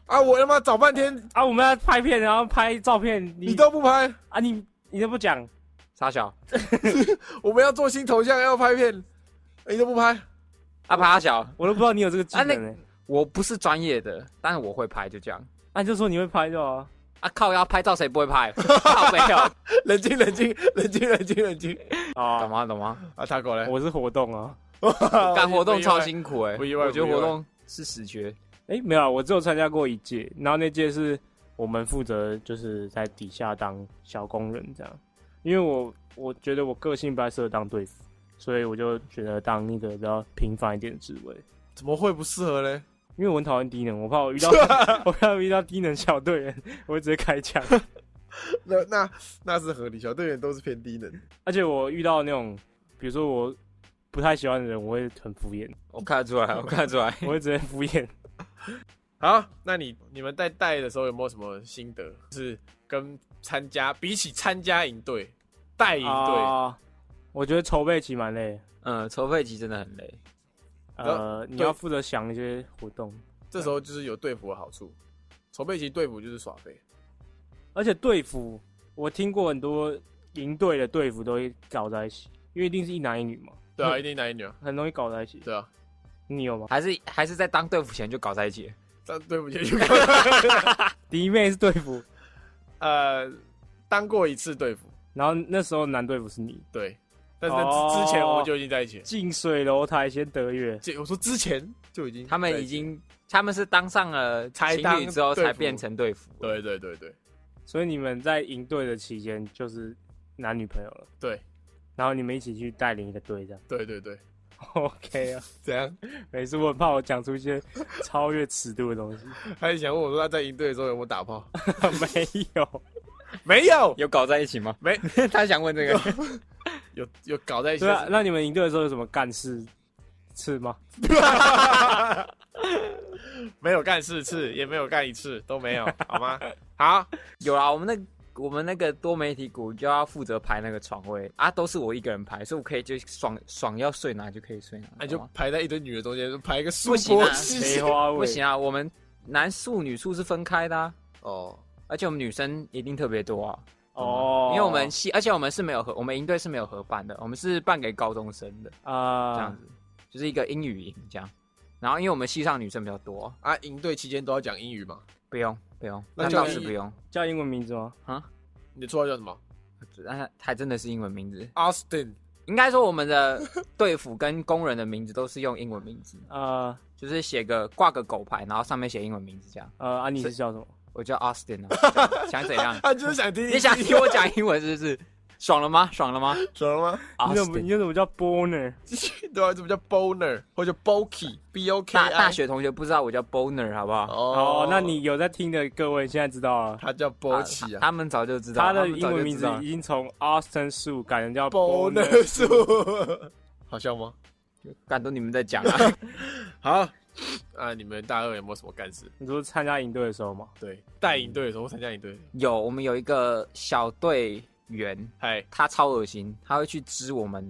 [SPEAKER 1] 啊，我他妈找半天，
[SPEAKER 3] 啊？我们要拍片，然后拍照片，
[SPEAKER 1] 你
[SPEAKER 3] 你
[SPEAKER 1] 都不拍，
[SPEAKER 3] 啊你你都不讲，
[SPEAKER 4] 傻小，
[SPEAKER 1] 我们要做新头像，要拍片，你都不拍。
[SPEAKER 4] 啊，爬小，
[SPEAKER 3] 我都不知道你有这个技
[SPEAKER 4] 啊那
[SPEAKER 3] 能欸呢。
[SPEAKER 4] 我不是专业的，但是我会拍，就这样。
[SPEAKER 3] 啊，你就说你会拍照啊？
[SPEAKER 4] 啊靠，要拍照谁不会 [laughs] 拍？靠没有，
[SPEAKER 1] 冷静，冷静， [laughs] 冷静，冷静，冷静。
[SPEAKER 4] 懂
[SPEAKER 3] 啊，
[SPEAKER 4] 吗？懂吗？
[SPEAKER 1] 啊，他过来，
[SPEAKER 3] 我是活动啊。
[SPEAKER 4] 干活动超辛苦哎，
[SPEAKER 1] 不意外
[SPEAKER 4] 我觉得
[SPEAKER 1] 不意外
[SPEAKER 4] 活动是死绝。
[SPEAKER 3] 诶，没有啊，我只有参加过一届，然后那届是我们负责就是在底下当小工人这样，因为我我觉得我个性不太适合当队服，所以我就觉得当那个比较平凡一点的职位，
[SPEAKER 1] 怎么会不适合嘞？
[SPEAKER 3] 因为我很讨厌低能，我怕我遇到 [laughs] 我怕我遇到低能小队员，我会直接开枪， [laughs]
[SPEAKER 1] 那那那是合理，小队员都是偏低能。
[SPEAKER 3] 而且我遇到那种比如说我不太喜欢的人，我会很敷衍，
[SPEAKER 4] 我看得出 [laughs] 来，我看得出来。
[SPEAKER 3] 我会直接敷衍。
[SPEAKER 1] 好，那你你们在带的时候有没有什么心得？就是跟参加比起参加营队，带营队，
[SPEAKER 3] 啊我觉得筹备期蛮累的，
[SPEAKER 4] 嗯，筹备期真的很累。
[SPEAKER 3] 呃，你
[SPEAKER 1] 对
[SPEAKER 3] 要负责想一些活动。
[SPEAKER 1] 这时候就是有队服的好处。筹备期队服就是耍废，
[SPEAKER 3] 而且队服，我听过很多营队的队服都会搞在一起，因为一定是一男一女嘛，
[SPEAKER 1] 对啊，一定男一女啊，
[SPEAKER 3] 很容易搞在一起。
[SPEAKER 1] 对啊，
[SPEAKER 3] 你有吗？
[SPEAKER 4] 还是还是在当队服前就搞在一起，
[SPEAKER 1] 但队服就
[SPEAKER 3] 弟妹是队服，
[SPEAKER 1] 呃当过一次队服，
[SPEAKER 3] 然后那时候男队服是你。
[SPEAKER 1] 对，但是那之之前
[SPEAKER 3] 哦
[SPEAKER 1] 我们就已经在一起了。
[SPEAKER 3] 近水楼台先得月，
[SPEAKER 1] 这我说之前就已经在一起，
[SPEAKER 4] 他们已经他们是当上了
[SPEAKER 1] 才
[SPEAKER 4] 情
[SPEAKER 1] 当
[SPEAKER 4] 侣之后
[SPEAKER 1] 队
[SPEAKER 4] 才
[SPEAKER 1] 服
[SPEAKER 4] 变成队服。
[SPEAKER 1] 对对对对
[SPEAKER 3] 所以你们在营队的期间就是男女朋友了。
[SPEAKER 1] 对
[SPEAKER 3] 然后你们一起去带领一个队，这样
[SPEAKER 1] 对对对，
[SPEAKER 3] [laughs] OK 啊？
[SPEAKER 1] 怎样？
[SPEAKER 3] [laughs] 每次我很怕我讲出一些超越尺度的东西， [laughs]
[SPEAKER 1] 他就想问我说他在营队的时候有没有打炮？ [laughs]
[SPEAKER 3] 没有。
[SPEAKER 1] 没有，
[SPEAKER 4] 有搞在一起吗？
[SPEAKER 1] 没，
[SPEAKER 4] 他想问这个。
[SPEAKER 1] 有有搞在一起
[SPEAKER 3] 对
[SPEAKER 1] 的
[SPEAKER 3] 啊，
[SPEAKER 1] 时候。
[SPEAKER 3] 那你们营队的时候有什么干事是吗？
[SPEAKER 4] 啊
[SPEAKER 1] [laughs] 没有干四次，也没有干一次，都没有，好吗？好，
[SPEAKER 4] [laughs] 有啊啦，我们那我们那个多媒体股就要负责排那个床位啊，都是我一个人排，所以我可以就爽爽要睡哪就可以睡哪。
[SPEAKER 1] 那你就
[SPEAKER 4] 懂吗
[SPEAKER 1] 排在一堆女的中间，就排一个苏
[SPEAKER 4] [laughs] 不行
[SPEAKER 1] 博
[SPEAKER 4] 啊
[SPEAKER 1] 西
[SPEAKER 3] 梅花尾
[SPEAKER 4] 不行啊，我们男宿女宿是分开的啊，
[SPEAKER 1] 哦，
[SPEAKER 4] 而且我们女生一定特别多啊，
[SPEAKER 3] 哦，
[SPEAKER 4] 因为我们系，而且我们是没有合，我们营队是没有合办的，我们是办给高中生的这
[SPEAKER 3] 啊
[SPEAKER 4] 样子，就是一个英语营这样。然后因为我们系上女生比较多，
[SPEAKER 1] 啊，营队期间都要讲英语嘛？
[SPEAKER 4] 不用不用，
[SPEAKER 1] 那
[SPEAKER 4] 那
[SPEAKER 1] 就
[SPEAKER 4] 倒是不用，
[SPEAKER 3] 叫英文名字吗？
[SPEAKER 1] 你的绰号叫什么
[SPEAKER 4] 那还真的是英文名字。
[SPEAKER 1] ？Austin
[SPEAKER 4] 应该说我们的队服跟工人的名字都是用英文名字。
[SPEAKER 3] 呃
[SPEAKER 4] 就是写个挂个狗牌，然后上面写英文名字这样。
[SPEAKER 3] 呃，啊，你是叫什么？
[SPEAKER 4] 我叫 Austin 啊，想怎样？
[SPEAKER 1] 他就是想听
[SPEAKER 4] 你想听我讲英文是不是？爽了吗？爽了吗？
[SPEAKER 1] 懂了吗？
[SPEAKER 3] 你怎么
[SPEAKER 4] Austin
[SPEAKER 3] 你怎么叫 boner？
[SPEAKER 1] [laughs] 对啊，这不叫 boner 或者 bulky b o k
[SPEAKER 4] 大
[SPEAKER 1] i
[SPEAKER 4] 大学同学不知道我叫 Boner 好不好？
[SPEAKER 1] 哦
[SPEAKER 3] 哦，那你有在听的各位现在知道了，
[SPEAKER 1] 他叫 bulky 啊
[SPEAKER 4] 他们早就知道，
[SPEAKER 3] 他的
[SPEAKER 4] 们
[SPEAKER 3] 英
[SPEAKER 4] 早就
[SPEAKER 3] 文名
[SPEAKER 4] 知
[SPEAKER 3] 字
[SPEAKER 4] 道
[SPEAKER 3] 已经从 Austin 树改成叫
[SPEAKER 1] ，boner 树， [laughs] 好笑吗？
[SPEAKER 4] 干都你们在讲啊，
[SPEAKER 1] 好，啊，你们大二有没有什么干事？
[SPEAKER 3] 你说参加营队的时候嘛，
[SPEAKER 1] 对，带营队的时候，参加营队，
[SPEAKER 4] 有我们有一个小队员，
[SPEAKER 1] 嗨，
[SPEAKER 4] 他超恶心，他会去织我们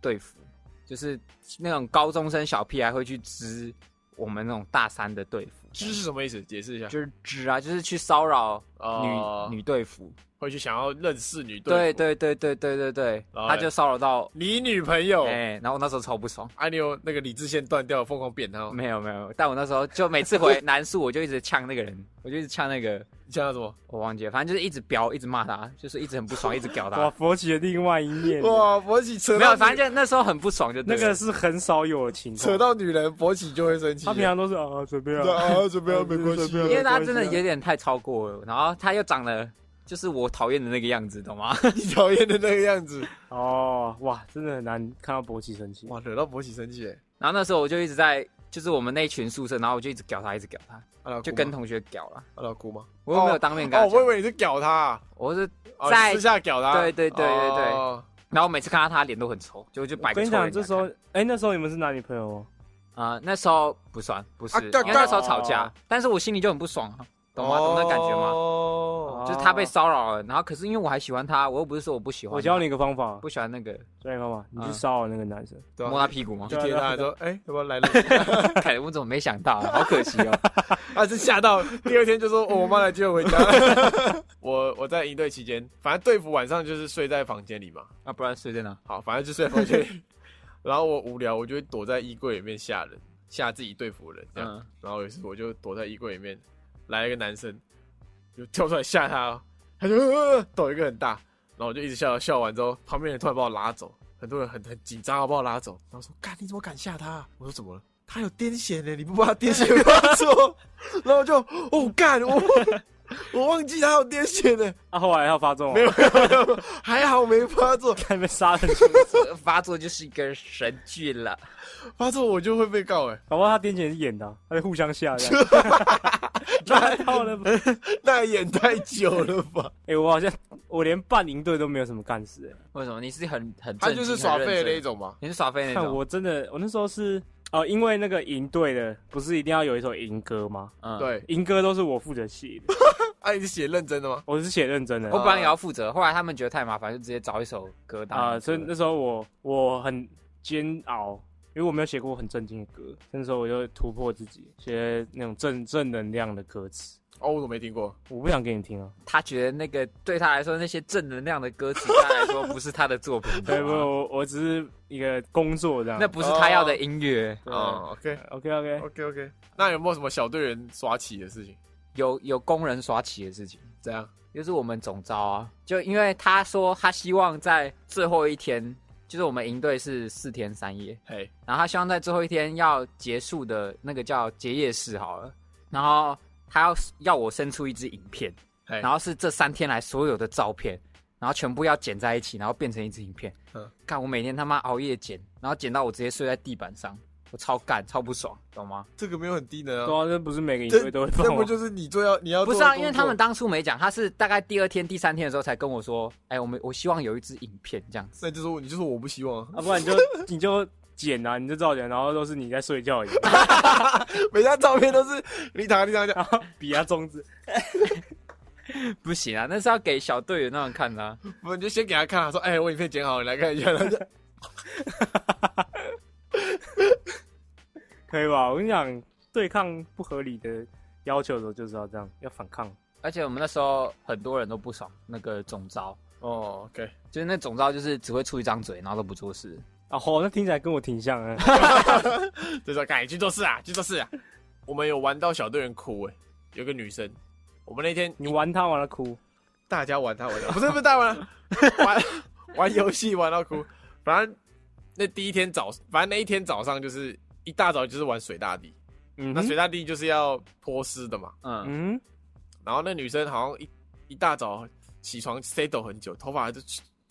[SPEAKER 4] 队服，就是那种高中生小屁孩会去织我们那种大三的队服，
[SPEAKER 1] 知是什么意思？解释一下。
[SPEAKER 4] 就是织啊，就是去骚扰女、
[SPEAKER 1] 哦
[SPEAKER 4] 女队服。
[SPEAKER 1] 会去想要认识女队
[SPEAKER 4] 对
[SPEAKER 1] 服，哦
[SPEAKER 4] 对对对对对对，
[SPEAKER 1] 然后
[SPEAKER 4] 他
[SPEAKER 1] 嘞
[SPEAKER 4] 就骚扰到
[SPEAKER 1] 你女朋友，
[SPEAKER 4] 哎、然后我那时候超不爽。
[SPEAKER 1] 阿牛那个理智线断掉，疯狂扁他，
[SPEAKER 4] 没有没有，但我那时候就每次回南宿，我就一直呛那个人，我就一直呛那个，
[SPEAKER 1] 你想要什么？
[SPEAKER 4] 我忘记了，反正就是一直飙，一直骂他，就是一直很不爽，一直
[SPEAKER 3] 哇，
[SPEAKER 4] 屌他。
[SPEAKER 3] 佛起的另外一面，
[SPEAKER 1] 哇，博起扯
[SPEAKER 4] 没
[SPEAKER 1] 到
[SPEAKER 4] 有，
[SPEAKER 1] 女
[SPEAKER 4] 反正就那时候很不爽，就对
[SPEAKER 3] 那个
[SPEAKER 4] 了
[SPEAKER 3] 是很少有的情况
[SPEAKER 1] 扯。到女人，博起就会生气。
[SPEAKER 3] 嗯他平常都是啊随便
[SPEAKER 1] 对
[SPEAKER 3] 啊，
[SPEAKER 1] 啊，怎么样？没关
[SPEAKER 3] 随
[SPEAKER 1] 系
[SPEAKER 3] 便。
[SPEAKER 4] [laughs] 因为他真的有点太超过了，然后他又长得就是我讨厌的那个样子，懂吗？ [laughs]
[SPEAKER 1] 你讨厌的那个样子，
[SPEAKER 3] 哦，哇，真的很难看到博奇生气。
[SPEAKER 1] 哇，惹到博起生气耶，
[SPEAKER 4] 然后那时候我就一直在，就是我们那一群宿舍，然后我就一直屌他，一直屌他，
[SPEAKER 3] 啊
[SPEAKER 1] 阿老
[SPEAKER 4] 就跟同学屌了。
[SPEAKER 1] 阿老哭吗？
[SPEAKER 4] 我又没有当面跟
[SPEAKER 1] 哦
[SPEAKER 4] 他，
[SPEAKER 1] 我以
[SPEAKER 4] 讲，
[SPEAKER 1] 为你是屌他啊，
[SPEAKER 4] 我是，
[SPEAKER 1] 哦
[SPEAKER 4] 在
[SPEAKER 1] 私下屌他。
[SPEAKER 4] 对对对对对
[SPEAKER 1] 哦
[SPEAKER 4] 然后每次看到他脸都很臭，就就摆
[SPEAKER 3] 我
[SPEAKER 4] 个
[SPEAKER 3] 跟你
[SPEAKER 4] 臭
[SPEAKER 3] 讲，
[SPEAKER 4] 脸给他
[SPEAKER 3] 这时候
[SPEAKER 4] 看，
[SPEAKER 3] 哎，那时候你们是男女朋友哦吗？
[SPEAKER 4] 啊，那时候不算不是，
[SPEAKER 1] 啊
[SPEAKER 4] 因
[SPEAKER 1] 干
[SPEAKER 4] 为那时候
[SPEAKER 3] 干
[SPEAKER 4] 吵架
[SPEAKER 3] 哦，
[SPEAKER 4] 但是我心里就很不爽啊，懂吗？懂那感觉吗？
[SPEAKER 1] 吗？
[SPEAKER 4] 就是他被骚扰了，然后可是因为我还喜欢他，我又不是说我不喜欢。
[SPEAKER 3] 我教你，一个方法，
[SPEAKER 4] 不喜欢那个
[SPEAKER 3] 教你一个方法，你
[SPEAKER 4] 嗯
[SPEAKER 3] 去骚扰那个男生。
[SPEAKER 1] 对啊
[SPEAKER 4] 摸他啊屁股吗
[SPEAKER 1] 你？
[SPEAKER 4] [laughs]
[SPEAKER 1] 就贴他说，哎，要不要来了？
[SPEAKER 4] 凯，我怎么没想到啊？好可惜
[SPEAKER 3] [laughs]
[SPEAKER 4] 哦。
[SPEAKER 1] [laughs] 他是吓到，第二天就说、哦我妈来接我回家。 [laughs] 我我在营队期间，反正队服晚上就是睡在房间里嘛，
[SPEAKER 4] 那啊不然睡在哪？
[SPEAKER 1] 好，反正就睡在房间里。 [laughs] 然后我无聊，我就会躲在衣柜里面吓人，吓自己队服的人
[SPEAKER 3] 啊
[SPEAKER 1] 这样。
[SPEAKER 4] 嗯，
[SPEAKER 1] 然后有一次我就躲在衣柜里面，来了一个男生，就跳出来吓他，哦他就、呃、抖一个很大，然后我就一直笑，笑完之后，旁边人突然把我拉走，很多人很很紧张，把我拉走，然后说：“干，你怎么敢吓他啊、我说：“怎么了？”他有癫痫呢，你不把他癫痫发作？ [laughs] 然后我就哦干，我我忘记他有癫痫呢，
[SPEAKER 3] 啊，后来他发作吗
[SPEAKER 1] 没
[SPEAKER 3] [laughs]
[SPEAKER 1] 有，还好没发作，
[SPEAKER 3] 看被杀
[SPEAKER 4] [laughs]
[SPEAKER 3] 人，
[SPEAKER 4] 这发作就是一个神剧了。
[SPEAKER 1] 发作我就会被告哎、
[SPEAKER 3] 搞不好他癫痫是演的啊，他就互相吓这
[SPEAKER 4] [laughs]
[SPEAKER 3] 样。
[SPEAKER 1] [laughs]
[SPEAKER 3] 抓到了吧？
[SPEAKER 1] 那也演太久了吧？
[SPEAKER 3] 哎，我好像我连办营队都没有什么干事哎。
[SPEAKER 4] 为什么？你是很很
[SPEAKER 1] 他
[SPEAKER 4] 正经
[SPEAKER 1] 就是耍废的那一，
[SPEAKER 4] 很认真
[SPEAKER 1] 种嘛。
[SPEAKER 4] 你是耍废那
[SPEAKER 3] 看
[SPEAKER 4] 种。
[SPEAKER 3] 我真的，我那时候是哦，因为那个营队的不是一定要有一首营歌吗？
[SPEAKER 4] 嗯，
[SPEAKER 1] 对，
[SPEAKER 3] 营歌都是我负责写
[SPEAKER 1] [laughs]
[SPEAKER 3] 的，
[SPEAKER 1] 啊，你是写认真的吗？
[SPEAKER 3] 我是写认真的啊
[SPEAKER 1] 哦
[SPEAKER 4] 我本来也要负责，后来他们觉得太麻烦，就直接找一首歌当
[SPEAKER 3] 啊、所以那时候我我很煎熬，因为我没有写过很正经的歌，那时候我就突破自己，写那种正正能量的歌词。
[SPEAKER 1] 哦，我怎么没听过？
[SPEAKER 3] 我不想给你听
[SPEAKER 1] [laughs]
[SPEAKER 3] 啊！
[SPEAKER 4] 他觉得那个对他来说那些正能量的歌词，对他来说不是他的作品，
[SPEAKER 3] [laughs] 对不，
[SPEAKER 4] 懂吗
[SPEAKER 3] 我我只是一个工作这样。
[SPEAKER 4] 那不是他要的音乐。
[SPEAKER 3] 对
[SPEAKER 1] 哦，OK
[SPEAKER 3] OK OK，
[SPEAKER 1] OK OK，那有没有什么小队员耍起的事情？
[SPEAKER 4] 有有工人耍起的事情。
[SPEAKER 1] 怎样？
[SPEAKER 4] 就是我们总招啊，就因为他说他希望在最后一天，就是我们营队是四天三夜，
[SPEAKER 1] 嘿，
[SPEAKER 4] 然后他希望在最后一天要结束的那个叫结业式好了，然后他要要我生出一支影片，
[SPEAKER 1] 嘿
[SPEAKER 4] 然后是这三天来所有的照片，然后全部要剪在一起，然后变成一支影片。
[SPEAKER 1] 嗯
[SPEAKER 4] 嗯，看我每天他妈熬夜剪，然后剪到我直接睡在地板上，我超干超不爽，懂吗？
[SPEAKER 1] 这个没有很低能
[SPEAKER 3] 对
[SPEAKER 1] 啊，
[SPEAKER 3] 啊，这不是每个营
[SPEAKER 1] 这
[SPEAKER 3] 队都会
[SPEAKER 1] 这
[SPEAKER 3] 放
[SPEAKER 1] 不
[SPEAKER 3] 我。
[SPEAKER 1] 啊就是你最要你要
[SPEAKER 4] 不
[SPEAKER 1] 做
[SPEAKER 4] 是
[SPEAKER 1] 的
[SPEAKER 4] 啊，
[SPEAKER 1] 工
[SPEAKER 4] 因为他
[SPEAKER 1] 作
[SPEAKER 4] 们当初没讲，他是大概第二天、第三天的时候才跟我说，哎、我们我希望有一支影片这样子。 [laughs]
[SPEAKER 1] 那就是我你就是我不希望啊， [laughs]
[SPEAKER 3] 啊，不然你就 [laughs] 你就剪啊，你就照剪，然后都是你在睡觉一样，
[SPEAKER 1] 每张照片都是你躺在地上讲，
[SPEAKER 3] 然后 [laughs] 比他中指。
[SPEAKER 4] 不行啊，那是要给小队员那样看的、啊。
[SPEAKER 1] 我就先给他看，他说哎，我影片剪好，你来看一下，他就
[SPEAKER 3] [laughs] 可以吧？我跟你讲，对抗不合理的要求的时候就是要这样，要反抗。
[SPEAKER 4] 而且我们那时候很多人都不爽那个总招，
[SPEAKER 1] [laughs] 哦，OK，
[SPEAKER 4] 就是那总招就是只会出一张嘴，然后都不做事。
[SPEAKER 3] 啊，吼，那听起来跟我挺像啊。
[SPEAKER 1] 就说赶紧去做事啊，去做事啊。我们有玩到小队员哭哎，有个女生，我们那天
[SPEAKER 3] 你玩他玩了哭，
[SPEAKER 1] 大家玩他玩他，不是不是大家玩他 [laughs] 玩玩游戏玩到哭。反正那第一天早，反正那一天早上就是一大早就是玩水大地，
[SPEAKER 3] 嗯
[SPEAKER 1] 那
[SPEAKER 3] 哼
[SPEAKER 1] 水大地就是要泼湿的嘛。
[SPEAKER 4] 嗯，
[SPEAKER 3] 嗯，
[SPEAKER 1] 然后那女生好像一一大早起床 settle 很久，头发就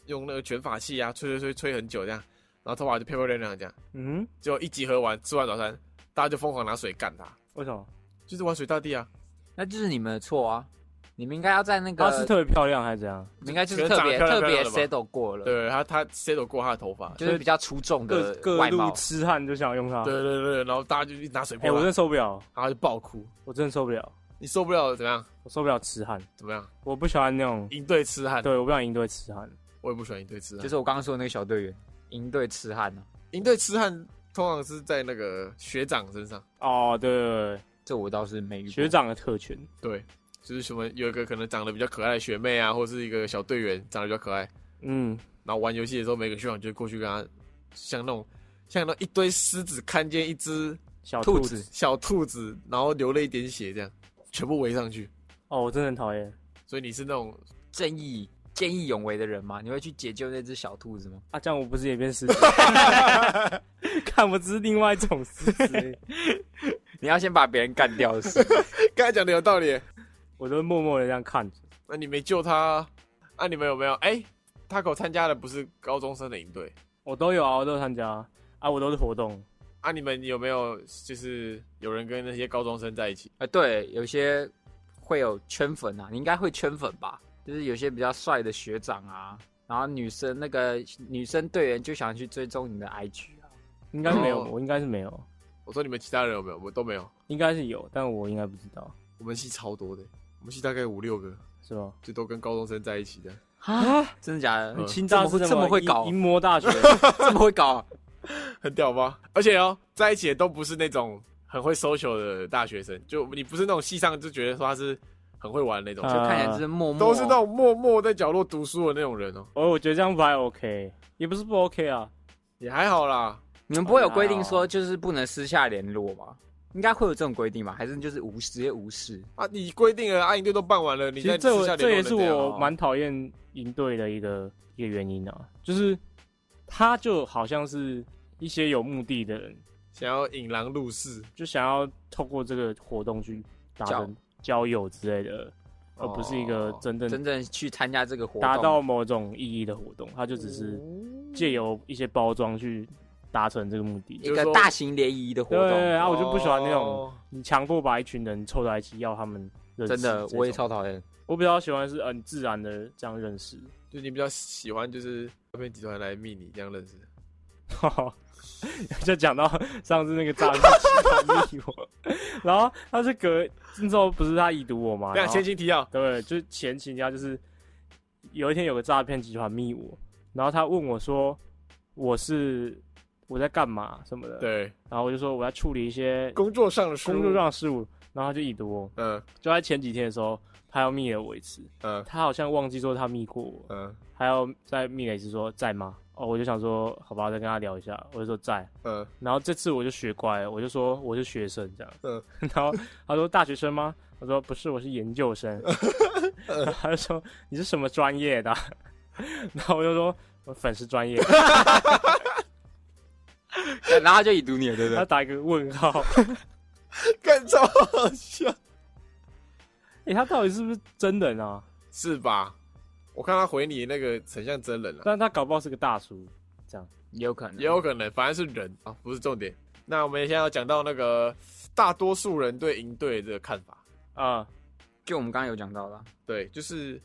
[SPEAKER 1] 用那个卷发器啊，吹吹吹吹很久这样，然后头发就漂漂亮亮这样。
[SPEAKER 3] 嗯，
[SPEAKER 1] 结果一集合完，吃完早餐，大家就疯狂拿水干他，
[SPEAKER 3] 为什么？
[SPEAKER 1] 就是玩水大地啊，
[SPEAKER 4] 那就是你们的错啊！你们应该要在那
[SPEAKER 3] 她哦是
[SPEAKER 4] 个，
[SPEAKER 3] 特别漂亮还是怎样？
[SPEAKER 4] 你们应该就是特
[SPEAKER 1] 长得
[SPEAKER 4] 别
[SPEAKER 1] 漂亮
[SPEAKER 4] 特别
[SPEAKER 1] 漂亮
[SPEAKER 4] settle 过了，
[SPEAKER 1] 对，他他 settle 过他的头发，
[SPEAKER 4] 就是比较出众
[SPEAKER 3] 各
[SPEAKER 4] 的
[SPEAKER 3] 各
[SPEAKER 4] 外
[SPEAKER 3] 路
[SPEAKER 4] 貌。
[SPEAKER 3] 痴汉就想用她。
[SPEAKER 1] 对对对对，然后大家就一直拿水
[SPEAKER 3] 哎，
[SPEAKER 1] 泼
[SPEAKER 3] 我
[SPEAKER 1] 他，
[SPEAKER 3] 真
[SPEAKER 1] 然
[SPEAKER 3] 的受不了，
[SPEAKER 1] 后他就爆哭，
[SPEAKER 3] 我真的受不了，
[SPEAKER 1] 你受不了怎么样？
[SPEAKER 3] 我受不了痴汉，
[SPEAKER 1] 怎么样？
[SPEAKER 3] 我不喜欢那种，
[SPEAKER 1] 应对痴汉，
[SPEAKER 3] 对，我不想应对痴汉。
[SPEAKER 1] 我也不喜欢应对痴汉，
[SPEAKER 4] 就
[SPEAKER 1] 就是
[SPEAKER 4] 是我刚刚说的那个小队员，营队痴汉啊，
[SPEAKER 1] 应对痴汉通常是在那个学长身上，
[SPEAKER 3] 哦，对对
[SPEAKER 4] 这我倒是没遇
[SPEAKER 3] 对，
[SPEAKER 4] 过。
[SPEAKER 3] 学长的特权，
[SPEAKER 1] 对，就是什么有一个可能长得比较可爱的学妹啊，或是一个小队员长得比较可爱，
[SPEAKER 3] 嗯，
[SPEAKER 1] 然后玩游戏的时候，每个学长就会过去跟他，像那种像那一堆狮子看见一只
[SPEAKER 3] 小
[SPEAKER 4] 兔
[SPEAKER 3] 子，
[SPEAKER 4] 子，
[SPEAKER 1] 小兔子，然后流了一点血，这样全部围上去。
[SPEAKER 3] 哦，我真的很讨厌
[SPEAKER 1] 所以你是那种
[SPEAKER 4] 正义见义勇为的人吗？你会去解救那只小兔子吗？
[SPEAKER 3] 啊，这样我不是也变狮子？ [laughs] 看我只是另外一种狮子，
[SPEAKER 4] 你要先把别人干掉
[SPEAKER 3] [laughs]
[SPEAKER 4] 是不是？
[SPEAKER 1] 刚才讲的有道理，
[SPEAKER 3] 我都默默的这样看着。
[SPEAKER 1] 那你没救他，啊，你们有没有？哎、他给我参加的不是高中生的营队，
[SPEAKER 3] 我都有啊，我都有参加啊啊，我都是活动。
[SPEAKER 1] 啊，你们有没有就是有人跟那些高中生在一起？
[SPEAKER 4] 啊，对，有些会有圈粉啊，你应该会圈粉吧？就是有些比较帅的学长啊，然后女生那个女生队员就想去追踪你的 IG 啊。
[SPEAKER 3] 应该是没有，
[SPEAKER 1] 哦
[SPEAKER 3] 我应该是没有，
[SPEAKER 1] 我说你们其他人有没有？我都没有，
[SPEAKER 3] 应该是有，但我应该不知道，
[SPEAKER 1] 我们系超多的，我们系大概五六个，
[SPEAKER 3] 是吗？
[SPEAKER 1] 就都跟高中生在一起的。 [laughs]
[SPEAKER 4] 啊，真的假的？
[SPEAKER 1] 嗯
[SPEAKER 3] 清
[SPEAKER 4] 大
[SPEAKER 3] 大
[SPEAKER 4] 是
[SPEAKER 3] 是
[SPEAKER 4] 这么会搞
[SPEAKER 3] 淫魔 [laughs] 大学，
[SPEAKER 4] 这么会搞啊？
[SPEAKER 1] 很屌吧？而且哦，在一起的都不是那种很会 social 的大学生，就你不是那种系上就觉得说他是很会玩的那种，
[SPEAKER 3] 啊
[SPEAKER 1] 就
[SPEAKER 4] 看起来就是默默，
[SPEAKER 1] 都是那种默默在角落读书的那种人哦，
[SPEAKER 3] 我我觉得这样不还 OK，也不是不 OK 啊。
[SPEAKER 1] 也还好啦。
[SPEAKER 4] 你们不会有规定说就是不能私下联络吗？应该会有这种规定吧？还是就是无直接无视？
[SPEAKER 1] 啊，你规定了，阿营队都办完了，你
[SPEAKER 3] 其
[SPEAKER 1] 在
[SPEAKER 3] 实这
[SPEAKER 1] 私下
[SPEAKER 3] 我
[SPEAKER 1] 联
[SPEAKER 3] 这
[SPEAKER 1] 络哦
[SPEAKER 3] 也
[SPEAKER 1] 能
[SPEAKER 3] 是
[SPEAKER 1] 怎样
[SPEAKER 3] 我蛮讨厌营队的一个一个原因啊，就是他就好像是一些有目的的人，
[SPEAKER 1] 想要引狼入室，
[SPEAKER 3] 就想要透过这个活动去达成交友之类的，而不是一个
[SPEAKER 1] 哦
[SPEAKER 3] 真正
[SPEAKER 4] 真正去参加这个活动，哦
[SPEAKER 3] 达嗯到某种意义的活动，它就只是借由一些包装去达成这个目的。
[SPEAKER 4] 一
[SPEAKER 1] 就是
[SPEAKER 4] 个
[SPEAKER 1] 说
[SPEAKER 4] 大型联谊的活
[SPEAKER 3] 对
[SPEAKER 4] 动。
[SPEAKER 3] 啊，我就不喜欢那种
[SPEAKER 1] 哦
[SPEAKER 3] 你强迫把一群人凑在一起要他们认识
[SPEAKER 4] 真的，
[SPEAKER 3] 这
[SPEAKER 4] 我也
[SPEAKER 3] 种
[SPEAKER 4] 超讨厌。 [laughs]
[SPEAKER 3] 我比较喜欢是很自然的这样认识。 [laughs]
[SPEAKER 1] 就你比较喜欢就是诈骗集团来密你这样认识。
[SPEAKER 3] 就讲到上次那个诈骗集团 [laughs] 然后他是隔那时候不是他已读我
[SPEAKER 1] 这
[SPEAKER 3] 嘛，
[SPEAKER 4] 啊
[SPEAKER 3] 然
[SPEAKER 1] 样
[SPEAKER 3] 后
[SPEAKER 1] 先行提要，
[SPEAKER 3] 对，就是前情家就是有一天有个诈骗集团密我，然后他问我说我是我在干嘛什么的，，
[SPEAKER 1] 对，
[SPEAKER 3] 然后我就说我在处理一些
[SPEAKER 1] 工作上的失误
[SPEAKER 3] 工作，上的事务，然后他就已读我，
[SPEAKER 1] 嗯
[SPEAKER 3] 就在前几天的时候他要密了我一次，
[SPEAKER 1] 嗯
[SPEAKER 3] 他好像忘记说他密过我，
[SPEAKER 1] 嗯
[SPEAKER 3] 还要再密了一次说在吗？哦，我就想说好吧，再跟他聊一下，我就说在，
[SPEAKER 1] 嗯，
[SPEAKER 3] 然后这次我就学乖了，我就说我是学生这样。
[SPEAKER 1] 嗯
[SPEAKER 3] [laughs] 然后他说大学生吗？我说不是，我是研究生。然后 [laughs] 他就说你是什么专业的啊？ [laughs] 然后我就说我粉丝专业。
[SPEAKER 4] 然后他就已读你了，对不
[SPEAKER 3] 他
[SPEAKER 4] 对？
[SPEAKER 3] 打一个问号，
[SPEAKER 1] [laughs]
[SPEAKER 3] [laughs]
[SPEAKER 1] 干超好笑，
[SPEAKER 3] 诶、他到底是不是真人啊？
[SPEAKER 1] 是吧？我看他回你那个很像真人了。
[SPEAKER 3] 但他搞不好是个大叔。
[SPEAKER 4] 也有可能，
[SPEAKER 1] 也有可能，反正是人啊，不是重点。那我们现在要讲到那个大多数人对营队的看法，
[SPEAKER 3] 啊、
[SPEAKER 4] 就我们刚刚有讲到啊了，
[SPEAKER 1] 对，就是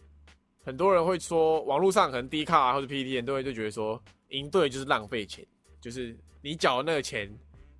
[SPEAKER 1] 很多人会说，网络上可能低卡啊或者 PPT，很多人就觉得说，营队就是浪费钱，就是你缴的那个钱，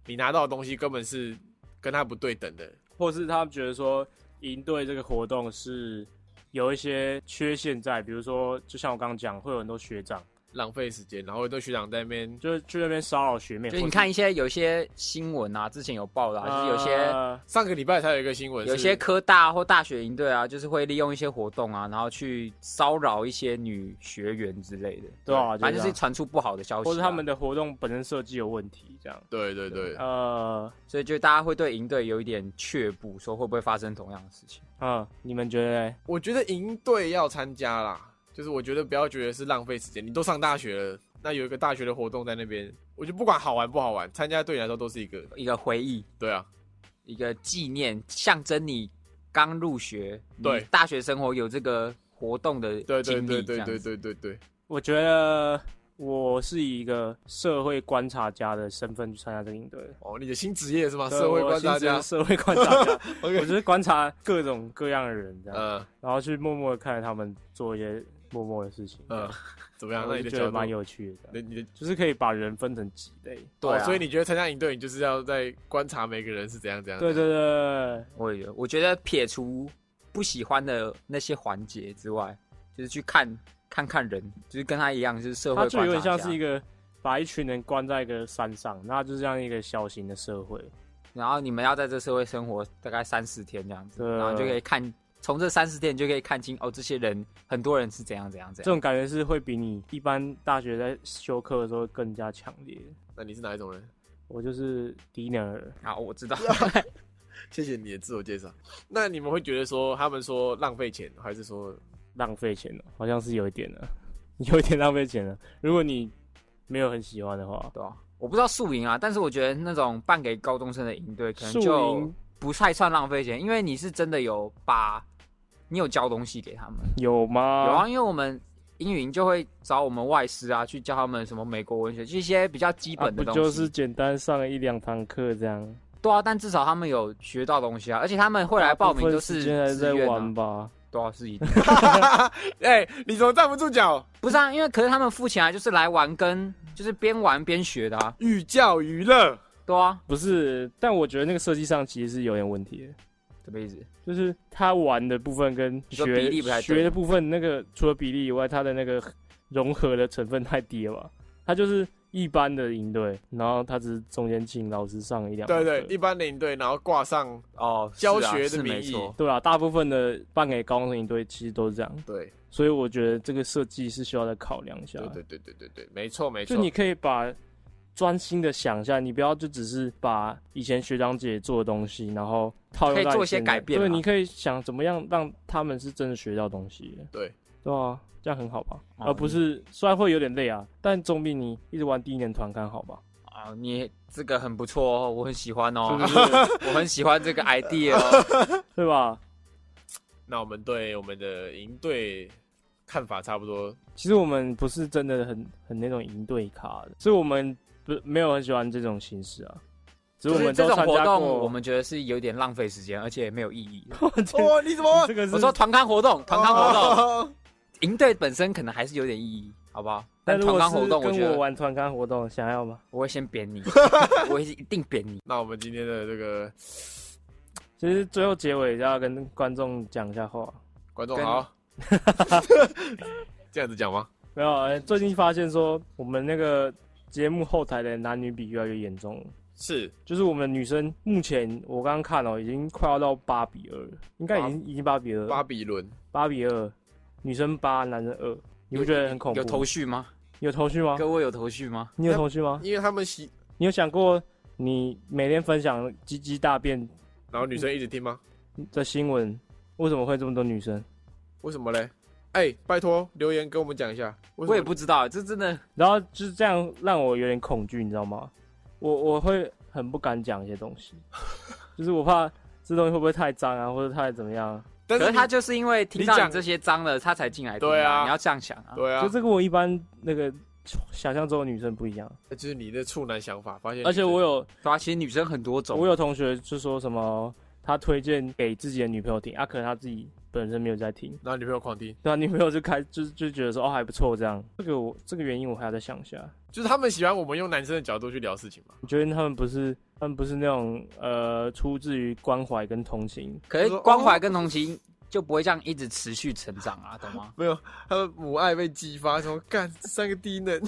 [SPEAKER 1] 你拿到的东西根本是跟他不对等的，
[SPEAKER 3] 或是他们觉得说营队这个活动是有一些缺陷在，比如说就像我刚刚讲，会有很多学长
[SPEAKER 1] 浪费时间。然后很多学长在那边，
[SPEAKER 3] 就是去那边骚扰学妹，
[SPEAKER 4] 就
[SPEAKER 3] 或
[SPEAKER 4] 是你
[SPEAKER 3] 是
[SPEAKER 4] 看一些有些新闻啊，之前有报道、啊，就是有些
[SPEAKER 3] 呃
[SPEAKER 1] 上个礼拜才有一个新闻是，
[SPEAKER 4] 有些科大或大学营队啊，就是会利用一些活动啊，然后去骚扰一些女学员之类的，
[SPEAKER 3] 对啊
[SPEAKER 4] 反正
[SPEAKER 3] 就
[SPEAKER 4] 就是是
[SPEAKER 3] 啊
[SPEAKER 4] 传出不好的消息啊、
[SPEAKER 3] 或者他们的活动本身设计有问题，这样。
[SPEAKER 1] 对对对，
[SPEAKER 3] 呃，
[SPEAKER 4] 所以就大家会对营队有一点却步，说会不会发生同样的事情？
[SPEAKER 3] 嗯，你们觉得嘞？
[SPEAKER 1] 我觉得营队要参加啦，就是我觉得不要觉得是浪费时间。你都上大学了，那有一个大学的活动在那边，我就不管好玩不好玩，参加对你来说都是一个
[SPEAKER 4] 一个回忆，
[SPEAKER 1] 对啊，
[SPEAKER 4] 一个纪念，象征你刚入学，
[SPEAKER 1] 对
[SPEAKER 4] 你大学生活有这个活动的
[SPEAKER 1] 对对
[SPEAKER 4] 经
[SPEAKER 1] 对对对
[SPEAKER 4] 历，这样
[SPEAKER 1] 对
[SPEAKER 4] 子
[SPEAKER 1] 对对对。
[SPEAKER 3] 我觉得我是以一个社会观察家的身份去参加这个营队的。
[SPEAKER 1] 哦，你的新职业是吗？
[SPEAKER 3] 对
[SPEAKER 1] 社会观察
[SPEAKER 3] 我
[SPEAKER 1] 家
[SPEAKER 3] 是。社会观察家，
[SPEAKER 1] [laughs]
[SPEAKER 3] 我
[SPEAKER 1] OK，
[SPEAKER 3] 就是观察各种各样的人这样，
[SPEAKER 1] 呃
[SPEAKER 3] 然后去默默的看着他们做一些默默的事情， [laughs]
[SPEAKER 1] 呃，怎么样？那
[SPEAKER 3] 我
[SPEAKER 1] 你
[SPEAKER 3] 就
[SPEAKER 1] 的
[SPEAKER 3] 觉
[SPEAKER 1] 角
[SPEAKER 3] 得
[SPEAKER 1] 度
[SPEAKER 3] 蛮，有趣的这样，
[SPEAKER 1] 你你的
[SPEAKER 3] 就是可以把人分成几类。
[SPEAKER 4] 对啊
[SPEAKER 1] 哦所以你觉得参加营队，你就是要在观察每个人是怎样怎样？
[SPEAKER 3] 对对
[SPEAKER 1] 嗯
[SPEAKER 3] 对，
[SPEAKER 4] 我也觉得我觉得撇除不喜欢的那些环节之外，就是去看看看人，就是跟他一样，就是社
[SPEAKER 3] 它
[SPEAKER 4] 会
[SPEAKER 3] 就
[SPEAKER 4] 观
[SPEAKER 3] 有点
[SPEAKER 4] 察
[SPEAKER 3] 像是一
[SPEAKER 4] 家。
[SPEAKER 3] 个把一群人关在一个山上，那就是这样一个小型的社会。
[SPEAKER 4] 然后你们要在这社会生活大概三四天这样子，
[SPEAKER 3] 对
[SPEAKER 4] 然后就可以看从这三四天你就可以看清哦，这些人很多人是怎样怎样怎
[SPEAKER 3] 这
[SPEAKER 4] 样。
[SPEAKER 3] 种感觉是会比你一般大学在修课的时候更加强烈。
[SPEAKER 1] 那你是哪一种人？
[SPEAKER 3] 我就是低能儿，
[SPEAKER 4] 好，我知
[SPEAKER 3] [laughs]
[SPEAKER 4] 道。
[SPEAKER 1] [laughs]
[SPEAKER 3] 啊
[SPEAKER 1] 谢谢你的自我介绍。那你们会觉得说他们说浪费钱，还是说
[SPEAKER 3] 浪费钱了，好像是有一点了， [laughs] 有一点浪费钱了。如果你没有很喜欢的话，
[SPEAKER 4] 对啊，我不知道宿营啊，但是我觉得那种办给高中生的营队，可能
[SPEAKER 3] 宿
[SPEAKER 4] 就
[SPEAKER 3] 营
[SPEAKER 4] 不太算浪费钱，因为你是真的有把，你有教东西给他们。
[SPEAKER 3] 有吗？
[SPEAKER 4] 有啊，，因为我们英语营就会找我们外师啊，去教他们什么美国文学，就一些比较基
[SPEAKER 3] 啊、
[SPEAKER 4] 本
[SPEAKER 3] 不
[SPEAKER 4] 的东
[SPEAKER 3] 就
[SPEAKER 4] 西。
[SPEAKER 3] 是简单上一两堂课这样？
[SPEAKER 4] 对啊，但至少他们有学到东西啊，而且他们会来报名都是
[SPEAKER 3] 现在在
[SPEAKER 4] 自愿
[SPEAKER 3] 玩
[SPEAKER 4] 啊，
[SPEAKER 3] 吧？
[SPEAKER 4] 对啊，是一定。
[SPEAKER 1] 哎、你怎么站不住脚？
[SPEAKER 4] 不是啊，因为可是他们付钱啊，就是来玩跟就是边玩边学的啊，
[SPEAKER 1] 寓教于乐，
[SPEAKER 4] 对啊，
[SPEAKER 3] 不是，但我觉得那个设计上其实是有点问题的。
[SPEAKER 4] 什么意思？
[SPEAKER 3] 就是他玩的部分跟
[SPEAKER 4] 说
[SPEAKER 3] 学
[SPEAKER 4] 比例不太对
[SPEAKER 3] 学的部分，那个除了比例以外，它的那个融合的成分太低了吧？他就是一般的营队，然后他只是中间请老师上一两
[SPEAKER 1] 对
[SPEAKER 3] 堂
[SPEAKER 1] 对，
[SPEAKER 3] 课
[SPEAKER 1] 一般的领队，然后挂上
[SPEAKER 4] 哦，是
[SPEAKER 1] 教
[SPEAKER 4] 啊
[SPEAKER 1] 学的
[SPEAKER 4] 是没
[SPEAKER 1] 名义
[SPEAKER 4] 错，
[SPEAKER 3] 对啊，大部分的办给高中生营队其实都是这样，
[SPEAKER 1] 对
[SPEAKER 3] 所以我觉得这个设计是需要再考量一下。
[SPEAKER 1] 对对对对对对，没错没错，
[SPEAKER 3] 啊就你可以把专心的想一下，你不要就只是把以前学长姐做的东西，然后套用
[SPEAKER 4] 可以
[SPEAKER 3] 到
[SPEAKER 4] 做
[SPEAKER 3] 你
[SPEAKER 4] 一些
[SPEAKER 3] 现在
[SPEAKER 4] 改变
[SPEAKER 3] 对，
[SPEAKER 4] 啦
[SPEAKER 3] 你可以想怎么样让他们是真的学到东西的。
[SPEAKER 1] 对
[SPEAKER 3] 对啊，这样很好吧？
[SPEAKER 4] 哦
[SPEAKER 3] 而不是虽然会有点累啊，但总比你一直玩第一年团干好吧？
[SPEAKER 4] 啊，你这个很不错哦，我很喜欢
[SPEAKER 3] 是
[SPEAKER 4] 哦
[SPEAKER 3] 不，是？
[SPEAKER 4] [laughs] 我很喜欢这个 idea
[SPEAKER 3] [laughs]
[SPEAKER 4] 哦。
[SPEAKER 3] 对吧？
[SPEAKER 1] 那我们对我们的营队看法差不多，
[SPEAKER 3] 其实我们不是真的很很那种营队卡的，所以我们不没有很喜欢这种形式啊。只
[SPEAKER 4] 就是
[SPEAKER 3] 我
[SPEAKER 4] 是
[SPEAKER 3] 们
[SPEAKER 4] 这
[SPEAKER 3] 都
[SPEAKER 4] 种
[SPEAKER 3] 参
[SPEAKER 4] 活
[SPEAKER 3] 加
[SPEAKER 4] 动，
[SPEAKER 3] 过，
[SPEAKER 4] 我们觉得是有点浪费时间，而且没有意
[SPEAKER 3] [laughs]
[SPEAKER 4] 义。
[SPEAKER 1] 哦，你怎么
[SPEAKER 3] [laughs] 这个是哦
[SPEAKER 4] 我说团刊活动，团刊活动，
[SPEAKER 1] 动？ [laughs]
[SPEAKER 4] 营队本身可能还是有点意义，好不好？
[SPEAKER 3] 但
[SPEAKER 4] 但
[SPEAKER 3] 如
[SPEAKER 4] 团
[SPEAKER 3] 果
[SPEAKER 4] 刊
[SPEAKER 3] 是
[SPEAKER 4] 活动，我觉
[SPEAKER 3] 跟我
[SPEAKER 4] 得
[SPEAKER 3] 玩团刊活动，想要吗？
[SPEAKER 4] 我会先扁你， [laughs] 我会一定扁你。
[SPEAKER 1] 那我们今天的这个
[SPEAKER 3] 其实最后结尾要跟观众讲一下话，
[SPEAKER 1] 观众
[SPEAKER 4] 跟
[SPEAKER 1] 好，这样子讲吗？
[SPEAKER 3] 没有，呃最近发现说我们那个节目后台的男女比越来越严重了。
[SPEAKER 1] 是
[SPEAKER 3] 就是我们女生目前我刚刚看哦，已经快要到八比二，应该已经已经八比
[SPEAKER 1] 巴
[SPEAKER 3] 二，
[SPEAKER 1] 比伦，
[SPEAKER 3] 八比二，女生八，男生二，你不觉得很恐怖？啊
[SPEAKER 4] 有头绪吗？
[SPEAKER 3] 有头绪吗？
[SPEAKER 4] 各位有头绪吗？
[SPEAKER 3] 你有头绪吗？
[SPEAKER 1] 因为他们喜，
[SPEAKER 3] 你有想过你每天分享鸡鸡大便
[SPEAKER 1] 然后女生一直听吗？
[SPEAKER 3] 的新闻，为什么会这么多女生？
[SPEAKER 1] 为什么嘞？哎，拜托留言跟我们讲一下，为什
[SPEAKER 4] 我也
[SPEAKER 1] 么
[SPEAKER 4] 不知道，这真的
[SPEAKER 3] 然后就是这样让我有点恐惧，你知道吗？我我会很不敢讲一些东西，就是我怕这东西会不会太脏啊，或者太怎么样啊、
[SPEAKER 1] 但
[SPEAKER 4] 可
[SPEAKER 1] 是
[SPEAKER 4] 是他
[SPEAKER 1] 他
[SPEAKER 4] 就是因为听到
[SPEAKER 1] 你讲
[SPEAKER 4] 你这些脏了，他才进来听。
[SPEAKER 1] 对啊
[SPEAKER 4] 你要这样想啊。
[SPEAKER 1] 对啊
[SPEAKER 3] 就，这跟我一般那个想象中的女生不一样，
[SPEAKER 1] 这就是你的处男想法，发现
[SPEAKER 3] 而且
[SPEAKER 1] 女生
[SPEAKER 3] 我有
[SPEAKER 4] 对啊，其实女生很多种。
[SPEAKER 3] 我有同学就说什么，他推荐给自己的女朋友听，啊，可能他自己本身没有在听，
[SPEAKER 1] 然后女朋友狂听，
[SPEAKER 3] 对啊，女朋友就开就就觉得说哦还不错这样，这个我这个原因我还要再想一下。
[SPEAKER 1] 就是他们喜欢我们用男生的角度去聊事情嘛。
[SPEAKER 3] 我觉得他们不是他们不是那种呃出自于关怀跟同情， [laughs]
[SPEAKER 4] 可是关怀跟同情就不会这样一直持续成长啊，
[SPEAKER 1] [laughs]
[SPEAKER 4] 懂吗？
[SPEAKER 1] 没有，他的母爱被激发，说干这三个低能，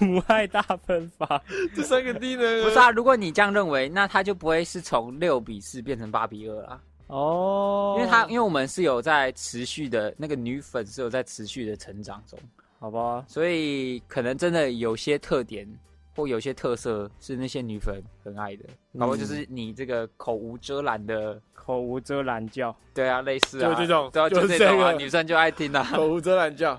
[SPEAKER 3] 母爱大喷发，
[SPEAKER 1] 这三个低能，
[SPEAKER 4] 不是啊，如果你这样认为，那他就不会是从六比四变成八比二啦，
[SPEAKER 3] 哦，
[SPEAKER 4] 因为他因为我们是有在持续的那个女粉是有在持续的成长中，
[SPEAKER 3] 好吧，
[SPEAKER 4] 所以可能真的有些特点或有些特色是那些女粉很爱的，
[SPEAKER 1] 嗯
[SPEAKER 4] 然后就是你这个口无遮拦的，
[SPEAKER 3] 口无遮拦叫，
[SPEAKER 4] 对啊，类似啊，
[SPEAKER 1] 就这种
[SPEAKER 4] 对啊，
[SPEAKER 1] 就是
[SPEAKER 4] 就这种啊，
[SPEAKER 1] 这个
[SPEAKER 4] 女生就爱听啊， [laughs]
[SPEAKER 1] 口无遮拦叫。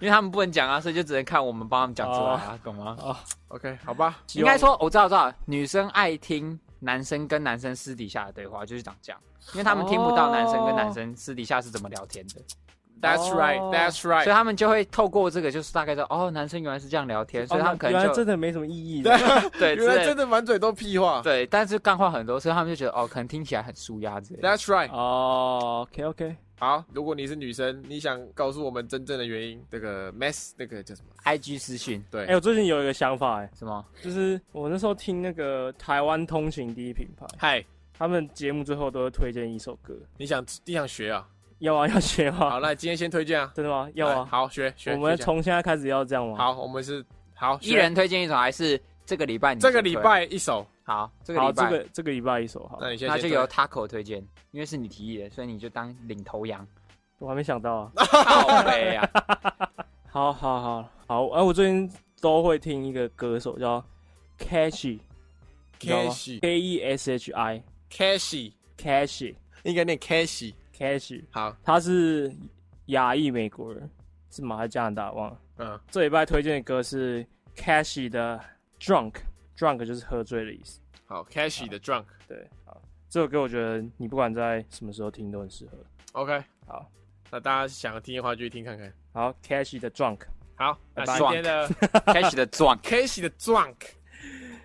[SPEAKER 4] 因为他们不能讲啊，所以就只能看我们帮他们讲出来
[SPEAKER 1] 哦
[SPEAKER 4] 啊，懂吗？
[SPEAKER 1] OK，好吧，
[SPEAKER 3] 希
[SPEAKER 4] 应
[SPEAKER 3] 望
[SPEAKER 4] 该说，哦我知道，我知道，女生爱听男生跟男生私底下的对话，就是长这样，因为他们听不到男生跟男生私底下是怎么聊天的。
[SPEAKER 1] That's right,
[SPEAKER 3] 哦
[SPEAKER 1] That's
[SPEAKER 4] 所以
[SPEAKER 1] right。
[SPEAKER 4] 他们就会透过这个，就是大概说，哦，男生原来是这样聊
[SPEAKER 1] 哦
[SPEAKER 4] 天，所以他们可
[SPEAKER 3] 哦原
[SPEAKER 4] 能
[SPEAKER 3] 来
[SPEAKER 4] 就
[SPEAKER 3] 真的没什么意义。
[SPEAKER 4] 对
[SPEAKER 1] 原
[SPEAKER 4] 之
[SPEAKER 1] 来
[SPEAKER 4] 类
[SPEAKER 1] 真的满嘴都屁话。
[SPEAKER 4] 对，但是干话很多，所以他们就觉得，哦，可能听起来很舒压之类的。
[SPEAKER 1] That's right。
[SPEAKER 3] 哦，OK OK，
[SPEAKER 1] 好，如果你是女生，你想告诉我们真正的原因，这个 mess 那个叫什么？
[SPEAKER 4] IG 私讯
[SPEAKER 1] 对，
[SPEAKER 3] 哎，我最近有一个想法，哎，
[SPEAKER 4] 什么？
[SPEAKER 3] 就是我那时候听那个台湾通勤第一品牌，
[SPEAKER 1] 嗨，
[SPEAKER 3] 他们节目最后都会推荐一首歌，
[SPEAKER 1] 你想你想学啊？
[SPEAKER 3] 要啊要学
[SPEAKER 1] 好，
[SPEAKER 3] 吗？
[SPEAKER 1] 那今天先推荐啊。
[SPEAKER 3] 真的吗？要
[SPEAKER 1] 来
[SPEAKER 3] 啊，
[SPEAKER 1] 好，学学。
[SPEAKER 3] 我们
[SPEAKER 1] 学起来
[SPEAKER 3] 从现在开始要啊这样吗？
[SPEAKER 1] 好，我们是好
[SPEAKER 4] 一
[SPEAKER 1] 学
[SPEAKER 4] 人推荐一首，还是这个礼拜你
[SPEAKER 1] 这个
[SPEAKER 4] 先
[SPEAKER 1] 礼
[SPEAKER 4] 推
[SPEAKER 1] 拜一首，
[SPEAKER 4] 好，这个
[SPEAKER 3] 好，
[SPEAKER 4] 礼
[SPEAKER 3] 这
[SPEAKER 4] 拜
[SPEAKER 3] 个这个礼拜一首好，
[SPEAKER 1] 那你现在
[SPEAKER 4] 那
[SPEAKER 1] 先
[SPEAKER 4] 就
[SPEAKER 1] 推
[SPEAKER 4] 由 Taco 推荐，因为是你提议的，所以你就当领头羊。
[SPEAKER 3] 我还没想到
[SPEAKER 4] [laughs]
[SPEAKER 3] 啊。
[SPEAKER 4] 靠北啊！
[SPEAKER 3] 好好好好，哎、我最近都会听一个歌手叫 Cashy，知道吗
[SPEAKER 1] Cashy
[SPEAKER 3] K E S H I
[SPEAKER 1] Cashy，
[SPEAKER 3] Cashy
[SPEAKER 1] 应该念 Cashy。
[SPEAKER 3] Cashy，
[SPEAKER 1] 好，
[SPEAKER 3] 他是亚裔美国人，是马来加拿大忘了。
[SPEAKER 1] 嗯，
[SPEAKER 3] 这礼拜推荐的歌是 Cashy 的 Drunk，Drunk 就是喝醉的意思。
[SPEAKER 1] 好，Cashy 的 Drunk。
[SPEAKER 3] 对，好，这首歌我觉得你不管在什么时候听都很适合。
[SPEAKER 1] OK，
[SPEAKER 3] 好，
[SPEAKER 1] 那大家想听的话就去听看看。
[SPEAKER 3] 好，Cashy 的 Drunk，
[SPEAKER 1] 好，那
[SPEAKER 3] 拜
[SPEAKER 1] 今
[SPEAKER 3] 拜
[SPEAKER 1] 天的
[SPEAKER 4] [laughs] 开始的 Drunk
[SPEAKER 1] Cashy 的 Drunk，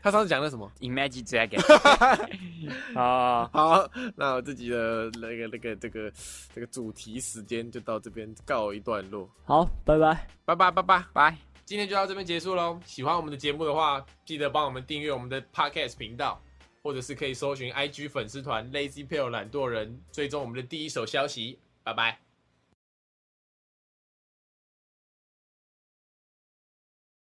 [SPEAKER 1] 他上次讲的什么？
[SPEAKER 4] Imagine Dragon，
[SPEAKER 3] 啊，
[SPEAKER 1] 好，那我自己的那个那个这个这个主题时间就到这边告一段落，
[SPEAKER 3] 好，拜拜。
[SPEAKER 1] 拜拜拜拜，
[SPEAKER 4] 拜。
[SPEAKER 1] 今天就到这边结束喽。喜欢我们的节目的话，记得帮我们订阅我们的 Podcast 频道，或者是可以搜寻 IG 粉丝团 Lazy p a l e 懒惰人，追踪我们的第一手消息。拜拜。